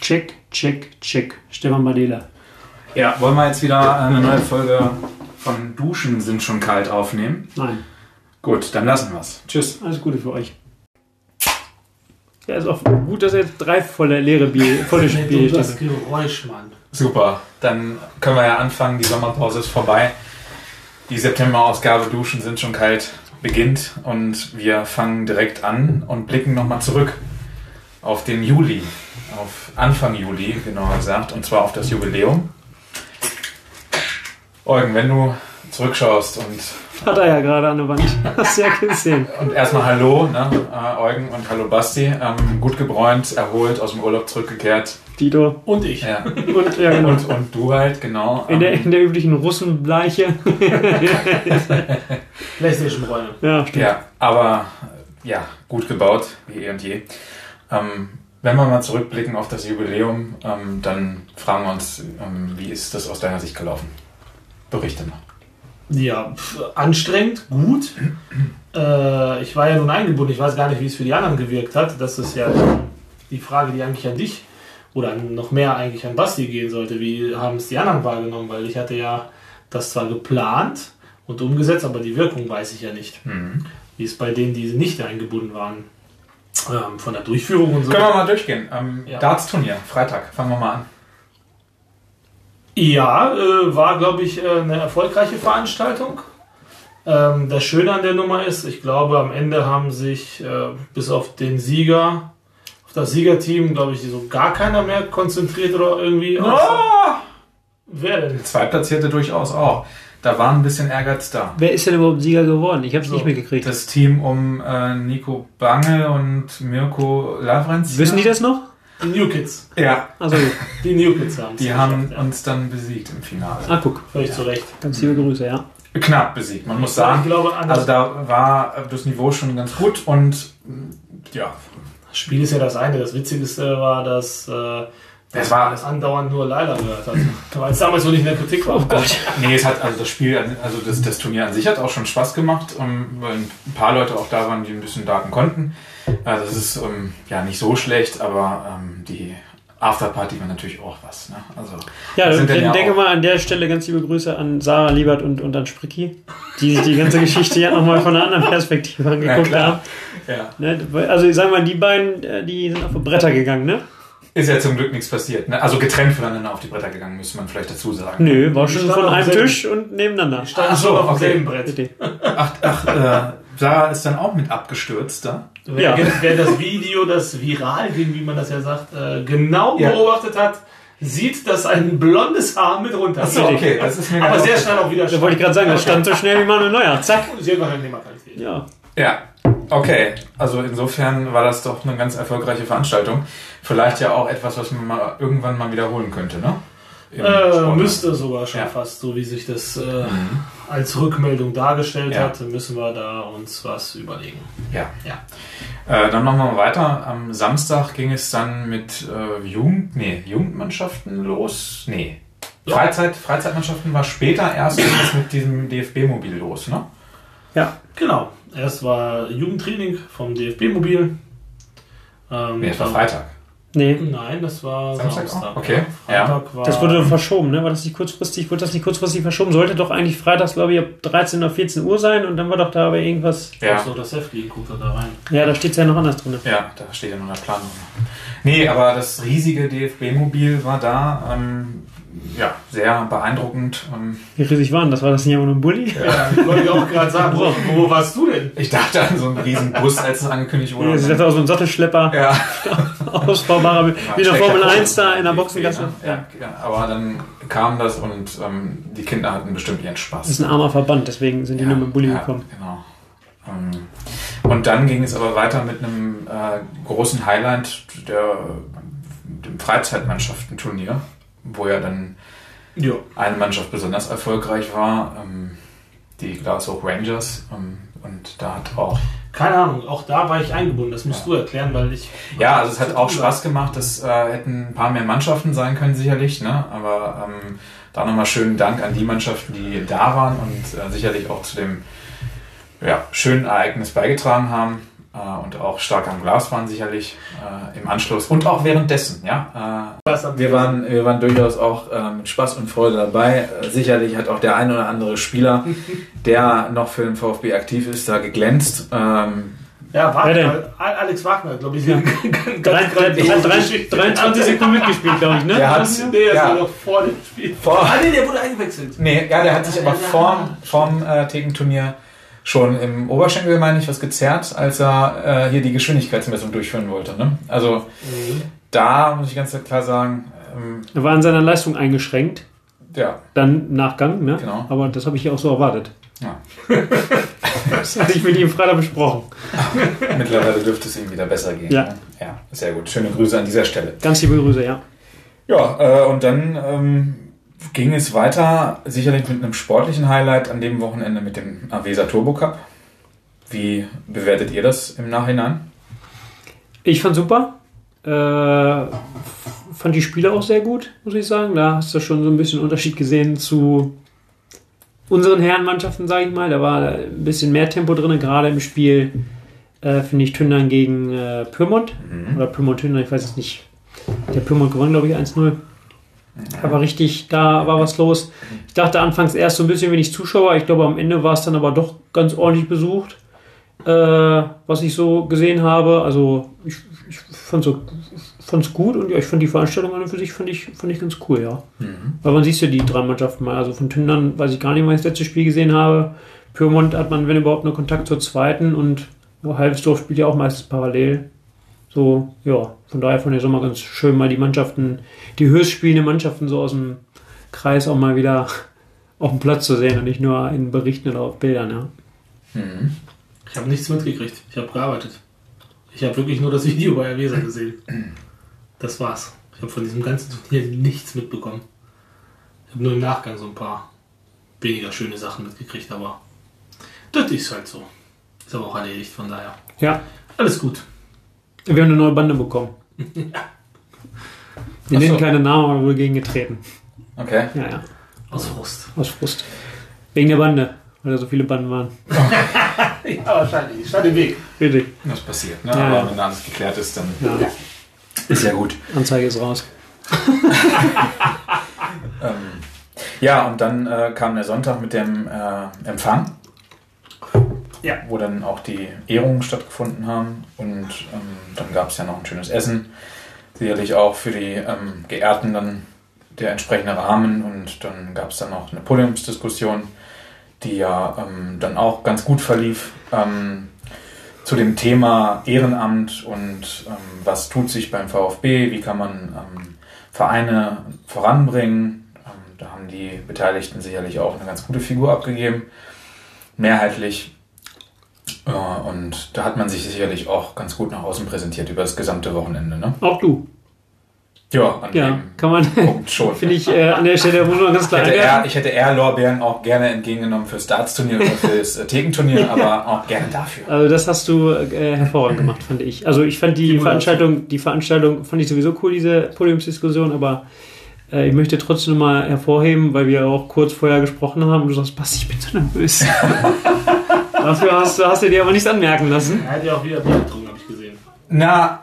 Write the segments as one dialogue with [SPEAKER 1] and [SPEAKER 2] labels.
[SPEAKER 1] Check, check, check. Stefan Badela.
[SPEAKER 2] Ja, wollen wir jetzt wieder eine neue Folge von Duschen sind schon kalt aufnehmen?
[SPEAKER 1] Nein,
[SPEAKER 2] Gut, dann lassen wir's. Tschüss.
[SPEAKER 1] alles Gute für euch. Ja, ist auch gut, dass er jetzt drei volle leere Bier, volle Bier
[SPEAKER 3] das Geräusch, Mann.
[SPEAKER 2] Super. Dann können wir ja anfangen. Die Sommerpause ist vorbei. Die September-Ausgabe Duschen sind schon kalt beginnt und wir fangen direkt an und blicken nochmal zurück auf den Juli, auf Anfang Juli, genauer gesagt, und zwar auf das Jubiläum. Eugen, wenn du zurückschaust und
[SPEAKER 1] Hat er ja gerade an der Wand. Hast du ja gesehen.
[SPEAKER 2] Und erstmal Hallo, ne? äh, Eugen und Hallo Basti. Ähm, gut gebräunt, erholt, aus dem Urlaub zurückgekehrt.
[SPEAKER 1] Dito
[SPEAKER 3] Und ich.
[SPEAKER 2] Ja.
[SPEAKER 1] und ja, genau.
[SPEAKER 2] Und, und du halt, genau.
[SPEAKER 1] In der,
[SPEAKER 2] Ähm,
[SPEAKER 1] in der üblichen Russenbleiche.
[SPEAKER 3] Playstation-Räume.
[SPEAKER 1] Ja, stimmt.
[SPEAKER 2] ja, aber äh, ja, gut gebaut, wie eh und je. Ähm, wenn wir mal zurückblicken auf das Jubiläum, ähm, dann fragen wir uns, ähm, wie ist das aus deiner Sicht gelaufen? Berichte mal.
[SPEAKER 3] Ja, pf, anstrengend, gut. Äh, ich war ja nun eingebunden. Ich weiß gar nicht, wie es für die anderen gewirkt hat. Das ist ja die Frage, die eigentlich an dich oder an- noch mehr eigentlich an Basti gehen sollte. Wie haben es die anderen wahrgenommen? Weil ich hatte ja das zwar geplant und umgesetzt, aber die Wirkung weiß ich ja nicht.
[SPEAKER 2] Mhm.
[SPEAKER 3] Wie es bei denen, die nicht eingebunden waren, ähm, von der Durchführung und so.
[SPEAKER 2] Können wir mal durchgehen. Ähm,
[SPEAKER 3] Ja.
[SPEAKER 2] Darts-Turnier, Freitag, fangen wir mal an.
[SPEAKER 3] Ja, äh, war, glaube ich, äh, eine erfolgreiche Veranstaltung. Ähm, das Schöne an der Nummer ist, ich glaube, am Ende haben sich äh, bis auf den Sieger, auf das Siegerteam, glaube ich, so gar keiner mehr konzentriert oder irgendwie.
[SPEAKER 2] Oh!
[SPEAKER 3] außer- Wer denn?
[SPEAKER 2] Der Zweitplatzierte durchaus auch. Da war ein bisschen Ehrgeiz da.
[SPEAKER 1] Wer ist denn überhaupt Sieger geworden? Ich habe es
[SPEAKER 3] So,
[SPEAKER 1] nicht mitgekriegt.
[SPEAKER 2] Das Team um äh, Nico Bange und Mirko Lavrenz.
[SPEAKER 1] Wissen die das noch?
[SPEAKER 3] Die New Kids.
[SPEAKER 2] Ja,
[SPEAKER 1] Also,
[SPEAKER 3] Die New Kids haben
[SPEAKER 2] die haben
[SPEAKER 3] ja.
[SPEAKER 2] uns dann besiegt im Finale.
[SPEAKER 1] ah, guck.
[SPEAKER 3] Völlig zu Recht.
[SPEAKER 1] Ganz liebe Grüße, ja.
[SPEAKER 2] Knapp besiegt, man muss
[SPEAKER 3] Ich
[SPEAKER 2] sagen.
[SPEAKER 3] glaube, an das
[SPEAKER 2] Also da war äh, das Niveau schon ganz gut und mh, ja,
[SPEAKER 3] das Spiel ist ja das eine. Das Witzigste war, dass äh,
[SPEAKER 2] das war
[SPEAKER 3] das andauernd nur Leila gehört hat. Weil es damals so nicht in der Kritik war.
[SPEAKER 2] Nee, es hat also das Spiel, an- also das, das Turnier an sich hat auch schon Spaß gemacht, ähm, weil ein paar Leute auch da waren, die ein bisschen Daten konnten. Also es ist ähm, ja nicht so schlecht, aber ähm, die Afterparty war natürlich auch was. Ne? Also
[SPEAKER 1] Ja,
[SPEAKER 2] Sind
[SPEAKER 1] dann,
[SPEAKER 2] denn ja
[SPEAKER 1] dann denke
[SPEAKER 2] auch-
[SPEAKER 1] mal an der Stelle ganz liebe Grüße an Sarah Liebert und, und an Spricki, die sich die ganze Geschichte ja nochmal von einer anderen Perspektive angeguckt
[SPEAKER 2] klar.
[SPEAKER 1] haben.
[SPEAKER 2] ja.
[SPEAKER 1] Ne? Also ich sag mal, die beiden, äh, die sind auf die Bretter gegangen, ne?
[SPEAKER 2] Ist ja zum Glück nichts passiert. Ne? Also getrennt voneinander auf die Bretter gegangen, müsste man vielleicht dazu sagen.
[SPEAKER 1] Nö, war
[SPEAKER 3] Die
[SPEAKER 1] schon
[SPEAKER 3] standen
[SPEAKER 1] von
[SPEAKER 3] auf
[SPEAKER 1] einem
[SPEAKER 3] dem-
[SPEAKER 1] Tisch und nebeneinander.
[SPEAKER 3] Stand
[SPEAKER 2] so,
[SPEAKER 3] so auf
[SPEAKER 2] okay.
[SPEAKER 3] demselben Brett.
[SPEAKER 2] Ach, ach äh, Sarah ist dann auch mit abgestürzt ne? da.
[SPEAKER 3] Wer,
[SPEAKER 1] Ja.
[SPEAKER 3] wer das Video, das viral ging, wie man das ja sagt, äh, genau
[SPEAKER 2] Ja.
[SPEAKER 3] beobachtet hat, sieht, dass ein blondes Haar mit runter
[SPEAKER 2] Achso, okay, das ist mir
[SPEAKER 3] Aber
[SPEAKER 2] gerade
[SPEAKER 3] sehr
[SPEAKER 2] aufgefallen.
[SPEAKER 3] schnell auch wieder
[SPEAKER 1] Da wollte ich gerade sagen, das stand so schnell wie Manuel Neuer. Zack.
[SPEAKER 3] Sehr wahrscheinlich Nehmerqualität.
[SPEAKER 1] Ja.
[SPEAKER 2] Ja, okay. Also insofern war das doch eine ganz erfolgreiche Veranstaltung. Vielleicht ja auch etwas, was man mal irgendwann mal wiederholen könnte, ne? Im
[SPEAKER 3] Äh,
[SPEAKER 2] Sport.
[SPEAKER 3] müsste sogar schon
[SPEAKER 2] Ja.
[SPEAKER 3] fast, so wie sich das äh,
[SPEAKER 2] Mhm.
[SPEAKER 3] als Rückmeldung dargestellt
[SPEAKER 2] Ja.
[SPEAKER 3] hat, müssen wir da uns was überlegen.
[SPEAKER 2] Ja.
[SPEAKER 3] Ja.
[SPEAKER 2] Äh, dann machen wir weiter. Am Samstag ging es dann mit äh, Jugend, nee, Jugendmannschaften los. Nee.
[SPEAKER 3] Ja.
[SPEAKER 2] Freizeit, Freizeitmannschaften war später erst mit diesem DFB-Mobil los, ne?
[SPEAKER 3] Genau. Erst war Jugendtraining vom DFB-Mobil. Ähm,
[SPEAKER 2] Nee, es war
[SPEAKER 3] dann-
[SPEAKER 2] Freitag.
[SPEAKER 1] Nee.
[SPEAKER 3] Nein, das war
[SPEAKER 2] Samstag
[SPEAKER 3] Samstag.
[SPEAKER 2] auch? Okay. Ja.
[SPEAKER 3] Freitag war
[SPEAKER 1] Das wurde verschoben, ne? War das nicht kurzfristig? Wurde das nicht kurzfristig verschoben? Sollte doch eigentlich freitags, glaube ich, ab 13 oder 14 Uhr sein und dann war doch da aber irgendwas.
[SPEAKER 3] ja. so das Heft liegen, guckt er da rein.
[SPEAKER 1] Ja, da steht es ja noch anders drin.
[SPEAKER 2] Ja, da steht ja noch der Plan. Nee, aber das riesige DFB-Mobil war da. Ähm, ja, sehr beeindruckend. Ähm,
[SPEAKER 1] Wie riesig waren das? War das nicht einfach nur ein Bulli?
[SPEAKER 3] Ja, wollte ich auch gerade sagen, wo, wo warst du denn?
[SPEAKER 2] ich dachte an so einen riesen Bus, als es angekündigt
[SPEAKER 1] Ja, das ist
[SPEAKER 2] wurde.
[SPEAKER 1] auch so ein Sattelschlepper,
[SPEAKER 2] Ja,
[SPEAKER 1] ausbaubarer, wie in der Formel 1 da in der
[SPEAKER 2] Boxengasse.
[SPEAKER 1] Boxengasse.
[SPEAKER 2] ne? Ja, ja, aber dann kam das und ähm, die Kinder hatten bestimmt ihren Spaß.
[SPEAKER 1] Das ist ein armer Verband, deswegen sind die nur mit dem Bulli
[SPEAKER 2] ja,
[SPEAKER 1] gekommen.
[SPEAKER 2] Genau. Ähm, Und dann ging es aber weiter mit einem äh, großen Highlight der, dem Freizeitmannschaftenturnier, wo ja dann
[SPEAKER 3] Ja.
[SPEAKER 2] eine Mannschaft besonders erfolgreich war, ähm, die Glasgow Rangers. Ähm, und da hat auch.
[SPEAKER 3] Keine Ahnung, auch da war ich eingebunden, das musst du erklären, weil ich.
[SPEAKER 2] Ja, also es hat auch
[SPEAKER 3] Ja.
[SPEAKER 2] Spaß gemacht. Das äh, hätten ein paar mehr Mannschaften sein können, sicherlich. Ne? Aber ähm, da nochmal schönen Dank an die Mannschaften, die da waren und äh, sicherlich auch zu dem ja, schönen Ereignis beigetragen haben. äh, und auch stark am Glas waren sicherlich äh, im Anschluss und auch währenddessen. Ja, Äh,
[SPEAKER 3] Was am-
[SPEAKER 4] Wir waren, wir waren durchaus auch äh, mit Spaß und Freude dabei. Äh, Sicherlich hat auch der ein oder andere Spieler, der noch für den VfB aktiv ist, da geglänzt. Ähm,
[SPEAKER 3] Ja,
[SPEAKER 1] Wer denn?
[SPEAKER 3] Wagner, Al- Alex Wagner, glaube ich. Ganz, ganz,
[SPEAKER 1] Drei- drei-
[SPEAKER 3] ganz-
[SPEAKER 1] drei- drei- 23 Sekunden mitgespielt, glaube ich, ne?
[SPEAKER 4] Der hat-
[SPEAKER 3] Nee, das
[SPEAKER 2] Ja.
[SPEAKER 3] war doch vor dem Spiel.
[SPEAKER 2] vor,
[SPEAKER 3] Ah, nee, der wurde eingewechselt.
[SPEAKER 2] nee, ja, der hat sich aber vorm, vorm äh, Thekenturnier schon im Oberschenkel, meine ich, was gezerrt, als er äh, hier die Geschwindigkeitsmessung durchführen wollte. Ne? Also
[SPEAKER 3] Mhm.
[SPEAKER 2] da muss ich ganz klar sagen, ähm,
[SPEAKER 1] Er war in seiner Leistung eingeschränkt.
[SPEAKER 2] ja,
[SPEAKER 1] Dann Nachgang, ne?
[SPEAKER 2] Genau.
[SPEAKER 1] Aber das habe ich ja auch so erwartet.
[SPEAKER 2] Ja.
[SPEAKER 1] das hatte ich mit ihm Freitag besprochen.
[SPEAKER 2] mittlerweile dürfte es ihm wieder besser gehen.
[SPEAKER 1] Ja.
[SPEAKER 2] Ne? ja, sehr gut. Schöne Grüße an dieser Stelle.
[SPEAKER 1] Ganz liebe Grüße, ja.
[SPEAKER 2] Ja, äh, und dann ähm, ging es weiter, sicherlich mit einem sportlichen Highlight an dem Wochenende mit dem Avesa Turbo Cup. Wie bewertet ihr das im Nachhinein?
[SPEAKER 1] Ich fand super. Äh, fand die Spiele auch sehr gut, muss ich sagen. Da hast du schon so ein bisschen Unterschied gesehen zu unseren Herrenmannschaften, sage ich mal. Da war ein bisschen mehr Tempo drin, gerade im Spiel, äh, finde ich, Tündern gegen äh, Pyrmont. Oder Pyrmont-Tündern, ich weiß es nicht. Der Pyrmont gewann, glaube ich, 1-0. Aber richtig, da war was los. Ich dachte anfangs erst so ein bisschen wenig Zuschauer. Ich glaube, am Ende war es dann aber doch ganz ordentlich besucht äh, was ich so gesehen habe. Also ich, ich fand es gut und ja, ich fand die Veranstaltung an und für sich fand ich, fand ich ganz cool, ja. Weil man sieht ja die drei Mannschaften mal. Also von Tündern weiß ich gar nicht, wann ich das letzte Spiel gesehen habe. Pyrmont hat man, wenn überhaupt, nur Kontakt zur zweiten und Halbsdorf spielt ja auch meistens parallel. So, ja, von daher fand ich es auch mal ganz schön, mal die Mannschaften, die höchst spielenden Mannschaften so aus dem Kreis auch mal wieder auf dem Platz zu sehen und nicht nur in Berichten oder auf Bildern, ja.
[SPEAKER 3] Ich habe nichts mitgekriegt. Ich habe gearbeitet. Ich habe wirklich nur das Video bei Avesa gesehen. Das war's. Ich habe von diesem ganzen Turnier nichts mitbekommen. Ich habe nur im Nachgang so ein paar weniger schöne Sachen mitgekriegt, aber das ist halt so. Ist aber auch erledigt, von daher.
[SPEAKER 1] Ja,
[SPEAKER 3] Alles gut.
[SPEAKER 1] Wir haben eine neue Bande bekommen. Wir
[SPEAKER 2] Ach
[SPEAKER 1] nennen
[SPEAKER 2] so.
[SPEAKER 1] keine Namen, aber wurde gegen getreten.
[SPEAKER 2] Okay.
[SPEAKER 1] Ja, ja,
[SPEAKER 3] Aus Frust.
[SPEAKER 1] aus Frust. Wegen der Bande, weil da so viele Banden waren.
[SPEAKER 3] Ja, wahrscheinlich. Statt im Weg.
[SPEAKER 1] Richtig.
[SPEAKER 2] Das passiert, ne?
[SPEAKER 1] Ja,
[SPEAKER 2] aber
[SPEAKER 1] ja.
[SPEAKER 2] wenn alles geklärt ist, dann
[SPEAKER 1] Ja,
[SPEAKER 2] ist ja gut.
[SPEAKER 1] Anzeige ist raus.
[SPEAKER 2] Ähm, ja, und dann äh, kam der Sonntag mit dem äh, Empfang.
[SPEAKER 3] Ja.
[SPEAKER 2] Wo dann auch die Ehrungen stattgefunden haben. Und ähm, dann gab es ja noch ein schönes Essen. Sicherlich auch für die ähm, Geehrten dann der entsprechende Rahmen. Und dann gab es dann auch eine Podiumsdiskussion, die ja ähm, dann auch ganz gut verlief. Ähm, zu dem Thema Ehrenamt und ähm, was tut sich beim VfB, wie kann man ähm, Vereine voranbringen. Ähm, Da haben die Beteiligten sicherlich auch eine ganz gute Figur abgegeben, mehrheitlich. Äh, Und da hat man sich sicherlich auch ganz gut nach außen präsentiert über das gesamte Wochenende. Ne?
[SPEAKER 1] Auch du.
[SPEAKER 2] Ja, an
[SPEAKER 1] Ja,
[SPEAKER 2] dem
[SPEAKER 1] kann man,
[SPEAKER 2] Punkt schon.
[SPEAKER 1] finde ich, äh, an der Stelle muss man ganz
[SPEAKER 2] Ich
[SPEAKER 1] klar
[SPEAKER 2] hätte, eher,
[SPEAKER 1] einwerfen.
[SPEAKER 2] ich hätte eher Lorbeeren auch gerne entgegengenommen fürs Darts-Turnier oder fürs äh, Thekenturnier, aber auch gerne dafür.
[SPEAKER 1] Also das hast du äh, hervorragend gemacht, fand ich. Also ich fand die
[SPEAKER 3] Simulation.
[SPEAKER 1] Veranstaltung, die Veranstaltung fand ich sowieso cool, diese Podiumsdiskussion, aber äh, ich möchte trotzdem mal hervorheben, weil wir auch kurz vorher gesprochen haben und du sagst, Basti, ich bin so nervös. Dafür hast, du- hast du dir aber nichts anmerken lassen.
[SPEAKER 3] Er hat ja auch wieder Bier getrunken, habe ich gesehen.
[SPEAKER 2] Na,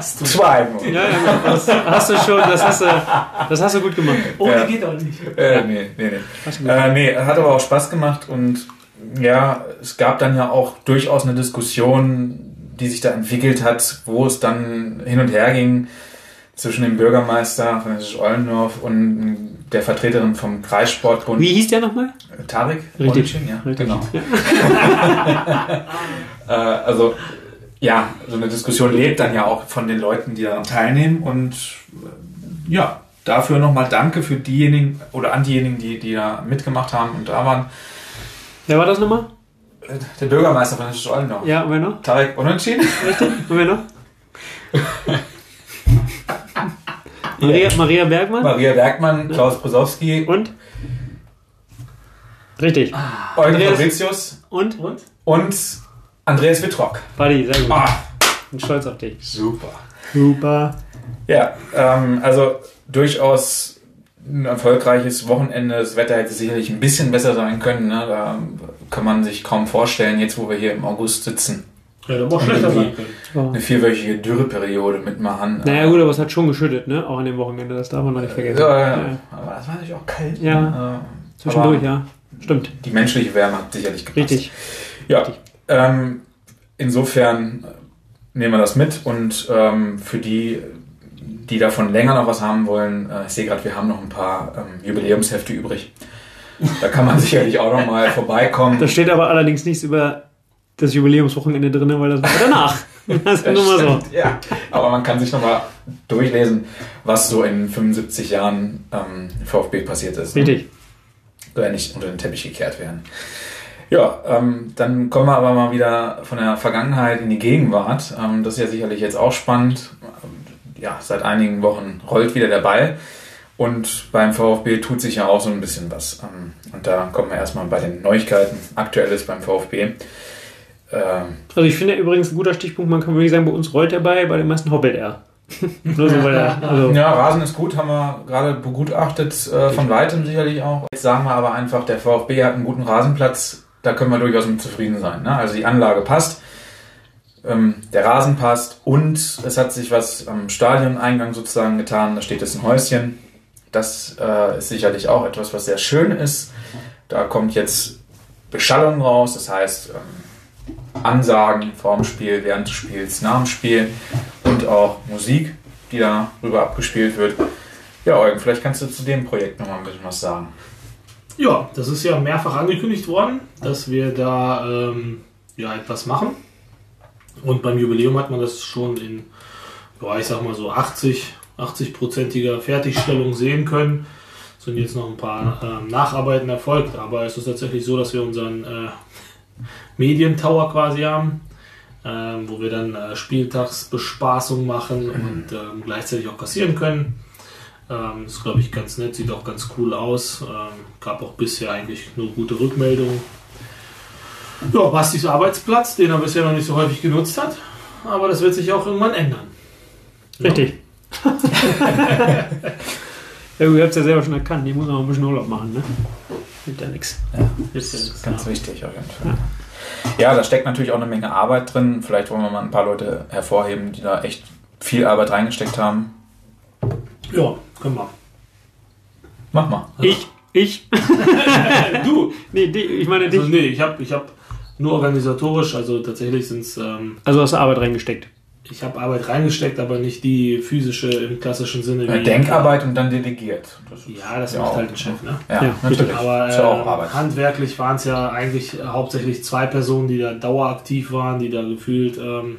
[SPEAKER 2] zweimal.
[SPEAKER 1] Ja, ja, das hast du schon, das hast du, das hast du gut gemacht.
[SPEAKER 3] Ohne
[SPEAKER 2] Ja.
[SPEAKER 3] geht auch nicht.
[SPEAKER 2] Äh, nee, nee, nee.
[SPEAKER 1] Hast du gut gemacht.
[SPEAKER 2] Äh, nee, hat aber auch Spaß gemacht und ja, es gab dann ja auch durchaus eine Diskussion, die sich da entwickelt hat, wo es dann hin und her ging zwischen dem Bürgermeister Franzis Ollendorf und der Vertreterin vom Kreissportbund.
[SPEAKER 1] Wie hieß der nochmal?
[SPEAKER 2] Tarek?
[SPEAKER 1] Richtig.
[SPEAKER 2] Olicin, ja,
[SPEAKER 1] Richtig.
[SPEAKER 2] genau. äh, also, ja, so eine Diskussion lebt dann ja auch von den Leuten, die daran teilnehmen. Und äh, ja, dafür nochmal Danke für diejenigen oder an diejenigen, die, die da mitgemacht haben und da waren.
[SPEAKER 1] Wer war das nochmal?
[SPEAKER 2] Äh, Der Bürgermeister von Nisch Ollendorf.
[SPEAKER 1] Ja, und wer noch?
[SPEAKER 2] Tarek Unentschieden?
[SPEAKER 1] Und wer noch? Maria, Maria Bergmann
[SPEAKER 2] Maria Bergmann, Klaus Brosowski,
[SPEAKER 1] und? Richtig.
[SPEAKER 2] Eugen
[SPEAKER 1] Andreas-
[SPEAKER 2] Fabricius
[SPEAKER 1] Und?
[SPEAKER 3] Und?
[SPEAKER 2] und Andreas Wittrock.
[SPEAKER 1] Buddy, sehr gut.
[SPEAKER 2] Ah,
[SPEAKER 1] Ich bin stolz auf dich.
[SPEAKER 2] super.
[SPEAKER 1] Super.
[SPEAKER 2] Ja, ähm, also durchaus ein erfolgreiches Wochenende. Das Wetter hätte sicherlich ein bisschen besser sein können. Ne? Da kann man sich kaum vorstellen, jetzt wo wir hier im August sitzen.
[SPEAKER 3] Ja, da muss schlechter sein können.
[SPEAKER 1] Ja.
[SPEAKER 2] Eine vierwöchige Dürreperiode mitmachen.
[SPEAKER 1] Naja gut, aber es hat schon geschüttet, ne? Auch an dem Wochenende, das darf man noch nicht
[SPEAKER 2] ja,
[SPEAKER 1] vergessen.
[SPEAKER 2] ja, ja. Aber es war natürlich auch kalt.
[SPEAKER 1] Ja.
[SPEAKER 2] ne? Äh,
[SPEAKER 1] Zwischendurch,
[SPEAKER 2] aber
[SPEAKER 1] ja. Stimmt,
[SPEAKER 2] Die menschliche Wärme hat sicherlich gepasst.
[SPEAKER 1] richtig.
[SPEAKER 2] Ja,
[SPEAKER 1] Richtig.
[SPEAKER 2] ähm, insofern äh, nehmen wir das mit und ähm, für die, die davon länger noch was haben wollen, äh, ich sehe gerade, wir haben noch ein paar ähm, Jubiläumshefte übrig. Da kann man sicherlich auch noch mal vorbeikommen.
[SPEAKER 1] Da steht aber allerdings nichts über das Jubiläumswochenende drin, ne? weil das war danach. Das ist nur mal so.
[SPEAKER 2] Stimmt, Ja, aber man kann sich noch mal durchlesen, was so in 75 Jahren ähm, VfB passiert ist.
[SPEAKER 1] Richtig.
[SPEAKER 2] oder nicht unter den Teppich gekehrt werden. Ja, ähm, dann kommen wir aber mal wieder von der Vergangenheit in die Gegenwart. Ähm, das ist ja sicherlich jetzt auch spannend. Ähm, Ja, seit einigen Wochen rollt wieder der Ball. Und beim VfB tut sich ja auch so ein bisschen was. Ähm, und da kommen wir erstmal bei den Neuigkeiten. Aktuelles beim VfB. Ähm,
[SPEAKER 1] Also ich finde übrigens ein guter Stichpunkt, man kann wirklich sagen, bei uns rollt er bei, bei den meisten hobbelt er. Nur so, weil er, also,
[SPEAKER 2] Ja, Rasen ist gut, haben wir gerade begutachtet, äh, von weitem sicherlich auch. Jetzt sagen wir aber einfach, der VfB hat einen guten Rasenplatz, da können wir durchaus mit zufrieden sein. Ne? Also die Anlage passt, ähm, der Rasen passt und es hat sich was am Stadioneingang sozusagen getan, da steht jetzt ein Häuschen. Das äh, ist sicherlich auch etwas, was sehr schön ist. Da kommt jetzt Beschallung raus, das heißt ähm, Ansagen vorm Spiel, während des Spiels, nach dem Spiel und auch Musik die da rüber abgespielt wird. Ja, Eugen, vielleicht kannst du zu dem Projekt nochmal ein bisschen was sagen.
[SPEAKER 3] Ja, das ist ja mehrfach angekündigt worden, dass wir da ähm, ja etwas machen. Und beim Jubiläum hat man das schon in, ja, ich sag mal so 80, 80-prozentiger Fertigstellung sehen können. Es Sind jetzt noch ein paar ähm, Nacharbeiten erfolgt, aber es ist tatsächlich so, dass wir unseren äh, Medientower quasi haben, ähm, wo wir dann äh, Spieltagsbespaßung machen und ähm, gleichzeitig auch kassieren können. Ähm, ist, glaube ich, ganz nett, sieht auch ganz cool aus. Ähm, gab auch bisher eigentlich nur gute Rückmeldungen. Ja, Bastis Arbeitsplatz, den er bisher noch nicht so häufig genutzt hat, aber das wird sich auch irgendwann ändern.
[SPEAKER 1] richtig. ja, gut, ihr habt es ja selber schon erkannt, die muss noch ein bisschen Urlaub machen, ne? Hilft ja nichts.
[SPEAKER 2] Ja,
[SPEAKER 1] Hilft ja nichts.
[SPEAKER 2] Ganz wichtig auf jeden Fall. Ja, da steckt natürlich auch eine Menge Arbeit drin. Vielleicht wollen wir mal ein paar Leute hervorheben, die da echt viel Arbeit reingesteckt haben.
[SPEAKER 3] Ja, können wir.
[SPEAKER 2] Mach mal.
[SPEAKER 1] Ich, ich,
[SPEAKER 3] Du!
[SPEAKER 1] nee, die, ich meine dich.
[SPEAKER 3] Also, nee, ich habe ich hab nur organisatorisch, also tatsächlich sind es, ähm,
[SPEAKER 1] Also hast du Arbeit reingesteckt.
[SPEAKER 3] ich habe Arbeit reingesteckt, aber nicht die physische im klassischen Sinne.
[SPEAKER 2] Äh, Denkarbeit und dann delegiert. Das ist-
[SPEAKER 3] Ja, das
[SPEAKER 2] Ja,
[SPEAKER 3] macht
[SPEAKER 2] auch.
[SPEAKER 3] halt ein Chef, ne?
[SPEAKER 2] Ja,
[SPEAKER 1] Ja,
[SPEAKER 2] natürlich.
[SPEAKER 3] Aber
[SPEAKER 2] ist ja auch
[SPEAKER 3] ähm,
[SPEAKER 2] Arbeit.
[SPEAKER 3] handwerklich waren es ja eigentlich hauptsächlich zwei Personen, die da daueraktiv waren, die da gefühlt ähm,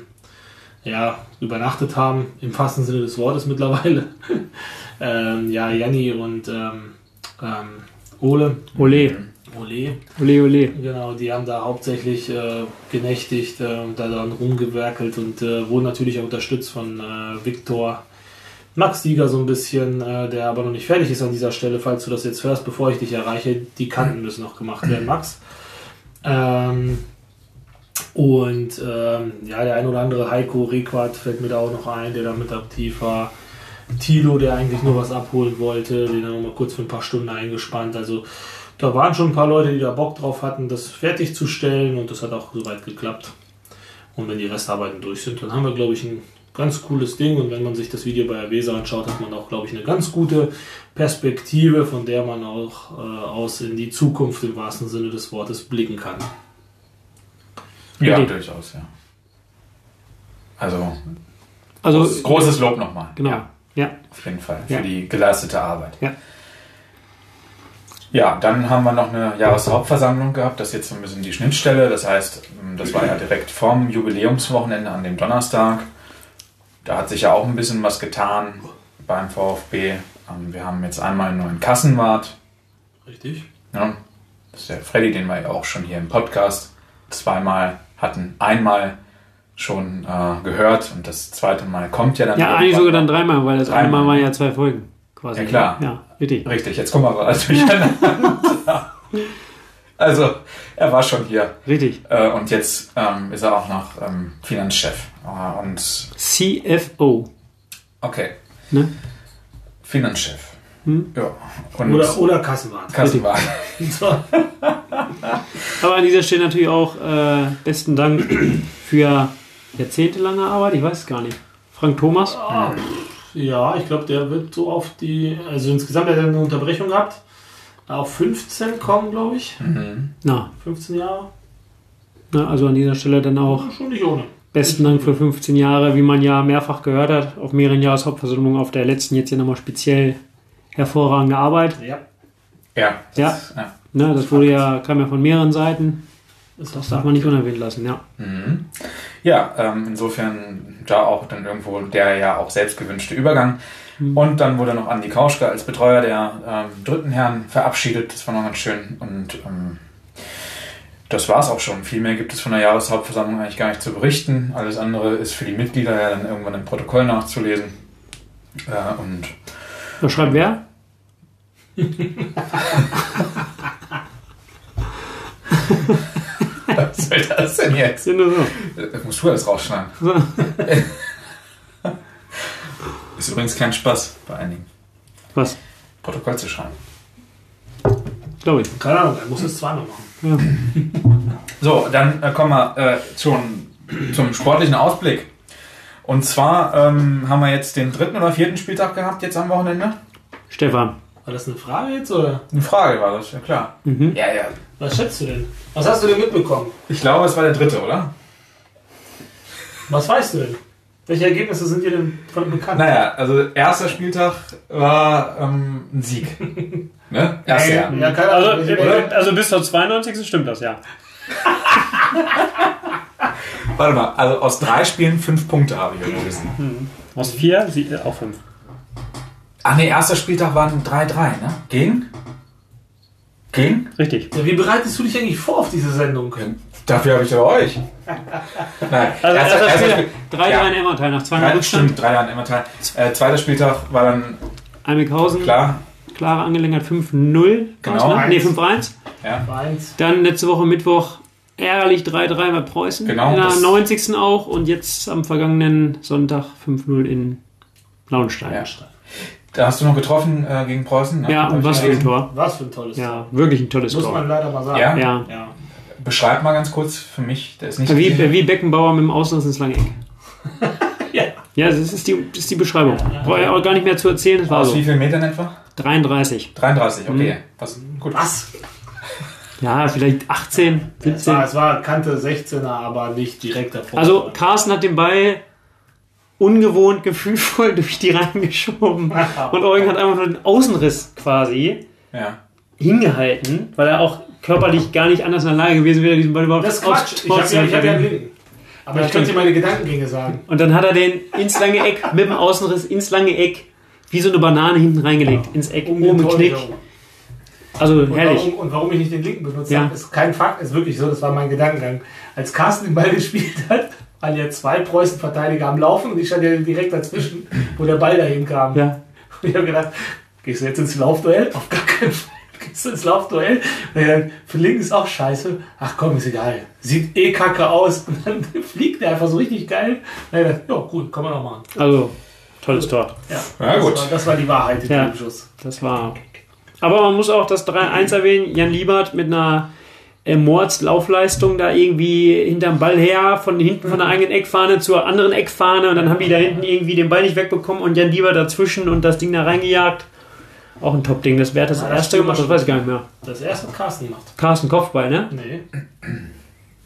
[SPEAKER 3] ja, übernachtet haben, im wahrsten Sinne des Wortes mittlerweile. ähm, ja, Janni und ähm, ähm, Ole.
[SPEAKER 1] Ole,
[SPEAKER 3] Ole.
[SPEAKER 1] ole, ole.
[SPEAKER 3] Genau, die haben da hauptsächlich äh, genächtigt, äh, und da dann rumgewerkelt und äh, wurden natürlich auch unterstützt von äh, Viktor Max Dieger so ein bisschen, äh, der aber noch nicht fertig ist an dieser Stelle, falls du das jetzt hörst, bevor ich dich erreiche. Die Kanten müssen noch gemacht werden, Max. Ähm, und ähm, ja, der ein oder andere Heiko Requart fällt mir da auch noch ein, der da mit aktiv war. Tilo, der eigentlich nur was abholen wollte, den er noch mal kurz für ein paar Stunden eingespannt. Also da waren schon ein paar Leute, die da Bock drauf hatten, das fertigzustellen und das hat auch soweit geklappt. Und wenn die Restarbeiten durch sind, dann haben wir, glaube ich, ein ganz cooles Ding. Und wenn man sich das Video bei Avesa anschaut, hat man auch, glaube ich, eine ganz gute Perspektive, von der man auch äh, aus in die Zukunft im wahrsten Sinne des Wortes blicken kann.
[SPEAKER 2] Ja,
[SPEAKER 1] Idee.
[SPEAKER 2] durchaus, ja. Also,
[SPEAKER 1] Also,
[SPEAKER 2] großes Lob nochmal.
[SPEAKER 1] genau.
[SPEAKER 2] Ja,
[SPEAKER 1] Ja,
[SPEAKER 2] auf jeden Fall.
[SPEAKER 1] Ja.
[SPEAKER 2] Für die geleistete Arbeit.
[SPEAKER 1] ja.
[SPEAKER 2] Ja, dann haben wir noch eine Jahreshauptversammlung gehabt. Das ist jetzt so ein bisschen die Schnittstelle. Das heißt, ähm, das war ja direkt vorm Jubiläumswochenende an dem Donnerstag. Da hat sich ja auch ein bisschen was getan beim VfB. Ähm, Wir haben jetzt einmal einen neuen Kassenwart.
[SPEAKER 3] Richtig?
[SPEAKER 2] ne? Das ist der Freddy, den wir ja auch schon hier im Podcast zweimal hatten. Einmal schon äh, gehört und das zweite Mal kommt ja dann.
[SPEAKER 1] Ja, eigentlich sogar dann dreimal, weil das
[SPEAKER 2] Dreimal.
[SPEAKER 1] einmal waren ja zwei Folgen quasi. ne?
[SPEAKER 2] Ja, klar.
[SPEAKER 1] Ja, richtig.
[SPEAKER 2] Richtig, jetzt kommen wir aber alles durcheinander. also, er war schon hier.
[SPEAKER 1] Richtig.
[SPEAKER 2] Äh, und jetzt ähm, ist er auch noch ähm, Finanzchef. Äh, und
[SPEAKER 1] CFO.
[SPEAKER 2] okay,
[SPEAKER 1] Ne? Hm?
[SPEAKER 2] Finanzchef. Ja. Und
[SPEAKER 3] Oder, oder Kassenwagen.
[SPEAKER 2] Kassenwagen.
[SPEAKER 3] So.
[SPEAKER 1] Aber an dieser Stelle natürlich auch äh, besten Dank für jahrzehntelange Arbeit. Ich weiß es gar nicht. Frank Thomas.
[SPEAKER 3] Ah, Ja, ich glaube, der wird so auf die, also insgesamt hat er eine Unterbrechung gehabt. Auf 15 kommen, glaube ich.
[SPEAKER 2] Mhm.
[SPEAKER 1] Na,
[SPEAKER 3] 15 Jahre.
[SPEAKER 1] ne, also an dieser Stelle dann auch
[SPEAKER 3] Schon nicht ohne.
[SPEAKER 1] besten Dank für 15 Jahre, wie man ja mehrfach gehört hat, auf mehreren Jahreshauptversammlungen, auf der letzten jetzt hier nochmal speziell hervorragende Arbeit.
[SPEAKER 3] Ja,
[SPEAKER 2] Ja. das
[SPEAKER 1] Ja.
[SPEAKER 2] ist- ja.
[SPEAKER 1] Ne, das wurde ja, kam ja von mehreren Seiten.
[SPEAKER 3] ist
[SPEAKER 1] Das darf man nicht unerwähnt lassen, ja.
[SPEAKER 2] Mhm. Ja, ähm, insofern da auch dann irgendwo der ja auch selbst gewünschte Übergang. Und dann wurde noch Andi Kauschke als Betreuer der ähm, dritten Herren verabschiedet. Das war noch ganz schön. Und ähm, das war's auch schon. Viel mehr gibt es von der Jahreshauptversammlung eigentlich gar nicht zu berichten. Alles andere ist für die Mitglieder ja dann irgendwann im Protokoll nachzulesen. Äh, und
[SPEAKER 1] Da schreibt wer?
[SPEAKER 2] was soll das denn jetzt?
[SPEAKER 1] Sind nur so.
[SPEAKER 2] Das musst du alles rausschneiden. ist übrigens kein Spaß bei einigen,
[SPEAKER 1] Was?
[SPEAKER 2] Protokoll zu schreiben.
[SPEAKER 1] Glaube ich.
[SPEAKER 3] Keine Ahnung, er muss es zweimal machen.
[SPEAKER 1] Ja.
[SPEAKER 2] So, dann äh, kommen wir äh, schon zum sportlichen Ausblick. Und zwar ähm, haben wir jetzt den dritten oder vierten Spieltag gehabt, jetzt am Wochenende.
[SPEAKER 1] Stefan.
[SPEAKER 3] War das eine Frage jetzt oder
[SPEAKER 2] Eine Frage war das, ja klar.
[SPEAKER 1] Mhm.
[SPEAKER 2] Ja, ja.
[SPEAKER 3] was schätzt du denn? Was hast du denn mitbekommen?
[SPEAKER 2] Ich glaube, es war der dritte, oder?
[SPEAKER 3] Was weißt du denn? Welche Ergebnisse sind dir denn von bekannt?
[SPEAKER 2] Naja, also erster Spieltag war ähm, ein Sieg. ne? Erster.
[SPEAKER 3] ja, ja, keine Ahnung.
[SPEAKER 1] Also,
[SPEAKER 3] oder?
[SPEAKER 1] also bis zur 92. stimmt das, ja.
[SPEAKER 2] Warte mal, also aus drei Spielen fünf Punkte habe ich gelesen.
[SPEAKER 1] Aus vier, sie, äh, auch fünf.
[SPEAKER 2] Ach ne, erster Spieltag waren 3-3, ne? Gegen? Gegen?
[SPEAKER 1] Richtig.
[SPEAKER 3] Ja, wie bereitest du dich eigentlich vor auf diese Sendung?
[SPEAKER 2] Dafür habe ich aber euch. Nein,
[SPEAKER 1] Also erster, Spieler,
[SPEAKER 2] Spiel-
[SPEAKER 1] 3-3
[SPEAKER 2] Ja.
[SPEAKER 1] in Emmertal nach 2
[SPEAKER 2] Drei,
[SPEAKER 1] Rückstand.
[SPEAKER 2] stimmt, drei Jahren immer teil. Äh, zweiter Spieltag war dann
[SPEAKER 1] Almeckhausen,
[SPEAKER 2] klar.
[SPEAKER 1] klare Angelegenheit 5-0.
[SPEAKER 2] Genau,
[SPEAKER 1] Ne? Nee,
[SPEAKER 3] eins.
[SPEAKER 1] 5-1.
[SPEAKER 2] Ja.
[SPEAKER 3] Eins.
[SPEAKER 1] Dann letzte Woche Mittwoch ärgerlich 3-3 bei Preußen.
[SPEAKER 2] Genau,
[SPEAKER 1] In der
[SPEAKER 2] das-
[SPEAKER 1] 90. auch. Und jetzt am vergangenen Sonntag 5-0 in Lauenstein.
[SPEAKER 2] Ja. Da hast du noch getroffen äh, gegen Preußen. ne?
[SPEAKER 1] Ja,
[SPEAKER 2] Hab
[SPEAKER 1] und
[SPEAKER 2] ich
[SPEAKER 1] was für ein
[SPEAKER 2] gelesen.
[SPEAKER 1] Tor.
[SPEAKER 3] Was für ein tolles
[SPEAKER 1] Ja, wirklich ein tolles
[SPEAKER 3] Tor. Muss man
[SPEAKER 1] Tor.
[SPEAKER 3] leider mal sagen.
[SPEAKER 2] Ja?
[SPEAKER 1] Ja.
[SPEAKER 3] ja.
[SPEAKER 2] Beschreib mal ganz kurz für mich, der ist nicht
[SPEAKER 1] Wie,
[SPEAKER 2] gesehen.
[SPEAKER 1] wie Beckenbauer mit dem Auslass ins lange Eck.
[SPEAKER 3] Ja.
[SPEAKER 1] Ja, das ist die, das ist die Beschreibung.
[SPEAKER 3] Ja, ja.
[SPEAKER 1] Brauche ich auch gar nicht mehr zu erzählen, das war
[SPEAKER 2] Aus
[SPEAKER 1] so.
[SPEAKER 2] wie vielen Metern etwa?
[SPEAKER 1] 33.
[SPEAKER 2] 33, okay.
[SPEAKER 1] Mhm.
[SPEAKER 2] Was, gut.
[SPEAKER 3] Was?
[SPEAKER 1] Ja, vielleicht 18,
[SPEAKER 3] Es war,
[SPEAKER 1] 17.
[SPEAKER 3] es war Kante 16er, aber nicht direkt davor.
[SPEAKER 1] Also Carsten hat den Ball ungewohnt gefühlvoll durch die Reihen geschoben. Und Eugen hat einfach nur den Außenriss quasi
[SPEAKER 2] Ja.
[SPEAKER 1] hingehalten, weil er auch körperlich gar nicht anders in der Lage gewesen wäre, diesen Ball überhaupt
[SPEAKER 3] das ist
[SPEAKER 1] aufs
[SPEAKER 3] Quatsch. Ich
[SPEAKER 1] Tor
[SPEAKER 3] habe
[SPEAKER 1] zu
[SPEAKER 3] ja, ich hab ja einen
[SPEAKER 1] verbinden.
[SPEAKER 3] Linken. Aber
[SPEAKER 1] Ja,
[SPEAKER 3] ich könnte dir
[SPEAKER 1] stimmt.
[SPEAKER 3] meine Gedankengänge sagen.
[SPEAKER 1] Und dann hat er den ins lange Eck mit dem Außenriss ins lange Eck wie so eine Banane hinten reingelegt, ins Eck,
[SPEAKER 3] Um den
[SPEAKER 1] oben
[SPEAKER 3] Tor
[SPEAKER 1] Knick.
[SPEAKER 3] herum.
[SPEAKER 1] Also
[SPEAKER 3] Und
[SPEAKER 1] herrlich.
[SPEAKER 3] warum, und warum ich nicht den linken benutzt
[SPEAKER 1] Ja.
[SPEAKER 3] habe, ist kein Fakt, ist wirklich so, das war mein Gedankengang. Als Carsten den Ball gespielt hat, waren ja zwei Preußen-Verteidiger am Laufen und ich stand ja direkt dazwischen, wo der Ball dahin kam.
[SPEAKER 1] Ja.
[SPEAKER 3] Und ich habe gedacht, gehst du jetzt ins Laufduell? Auf gar keinen Fall. Gehst du ins Laufduell? Und ich hab gedacht, für linken ist auch scheiße. Ach komm, ist egal. Sieht eh kacke aus. Und dann fliegt der einfach so richtig geil. Und ich hab gedacht, ja, cool, kann man auch machen.
[SPEAKER 1] Also, tolles Tor.
[SPEAKER 3] Ja,
[SPEAKER 2] Ja,
[SPEAKER 3] das,
[SPEAKER 2] gut.
[SPEAKER 3] War, das war die Wahrheit in
[SPEAKER 1] Ja.
[SPEAKER 3] dem Schuss.
[SPEAKER 1] Das war. Aber man muss auch das
[SPEAKER 3] Mhm.
[SPEAKER 1] 3-1 erwähnen. Jan Liebert mit einer Mordslaufleistung da irgendwie hinterm Ball her, von hinten von der
[SPEAKER 3] Mhm.
[SPEAKER 1] eigenen Eckfahne zur anderen Eckfahne und dann haben die da hinten irgendwie den Ball nicht wegbekommen und Jan Liebert dazwischen und das Ding da reingejagt. Auch ein Top-Ding. Das wäre das
[SPEAKER 3] Ja, das
[SPEAKER 1] erste
[SPEAKER 3] stimmt
[SPEAKER 1] gemacht, das
[SPEAKER 3] schon.
[SPEAKER 1] weiß ich gar nicht mehr.
[SPEAKER 3] Das erste hat Carsten gemacht.
[SPEAKER 1] Carsten Kopfball, ne?
[SPEAKER 3] Nee.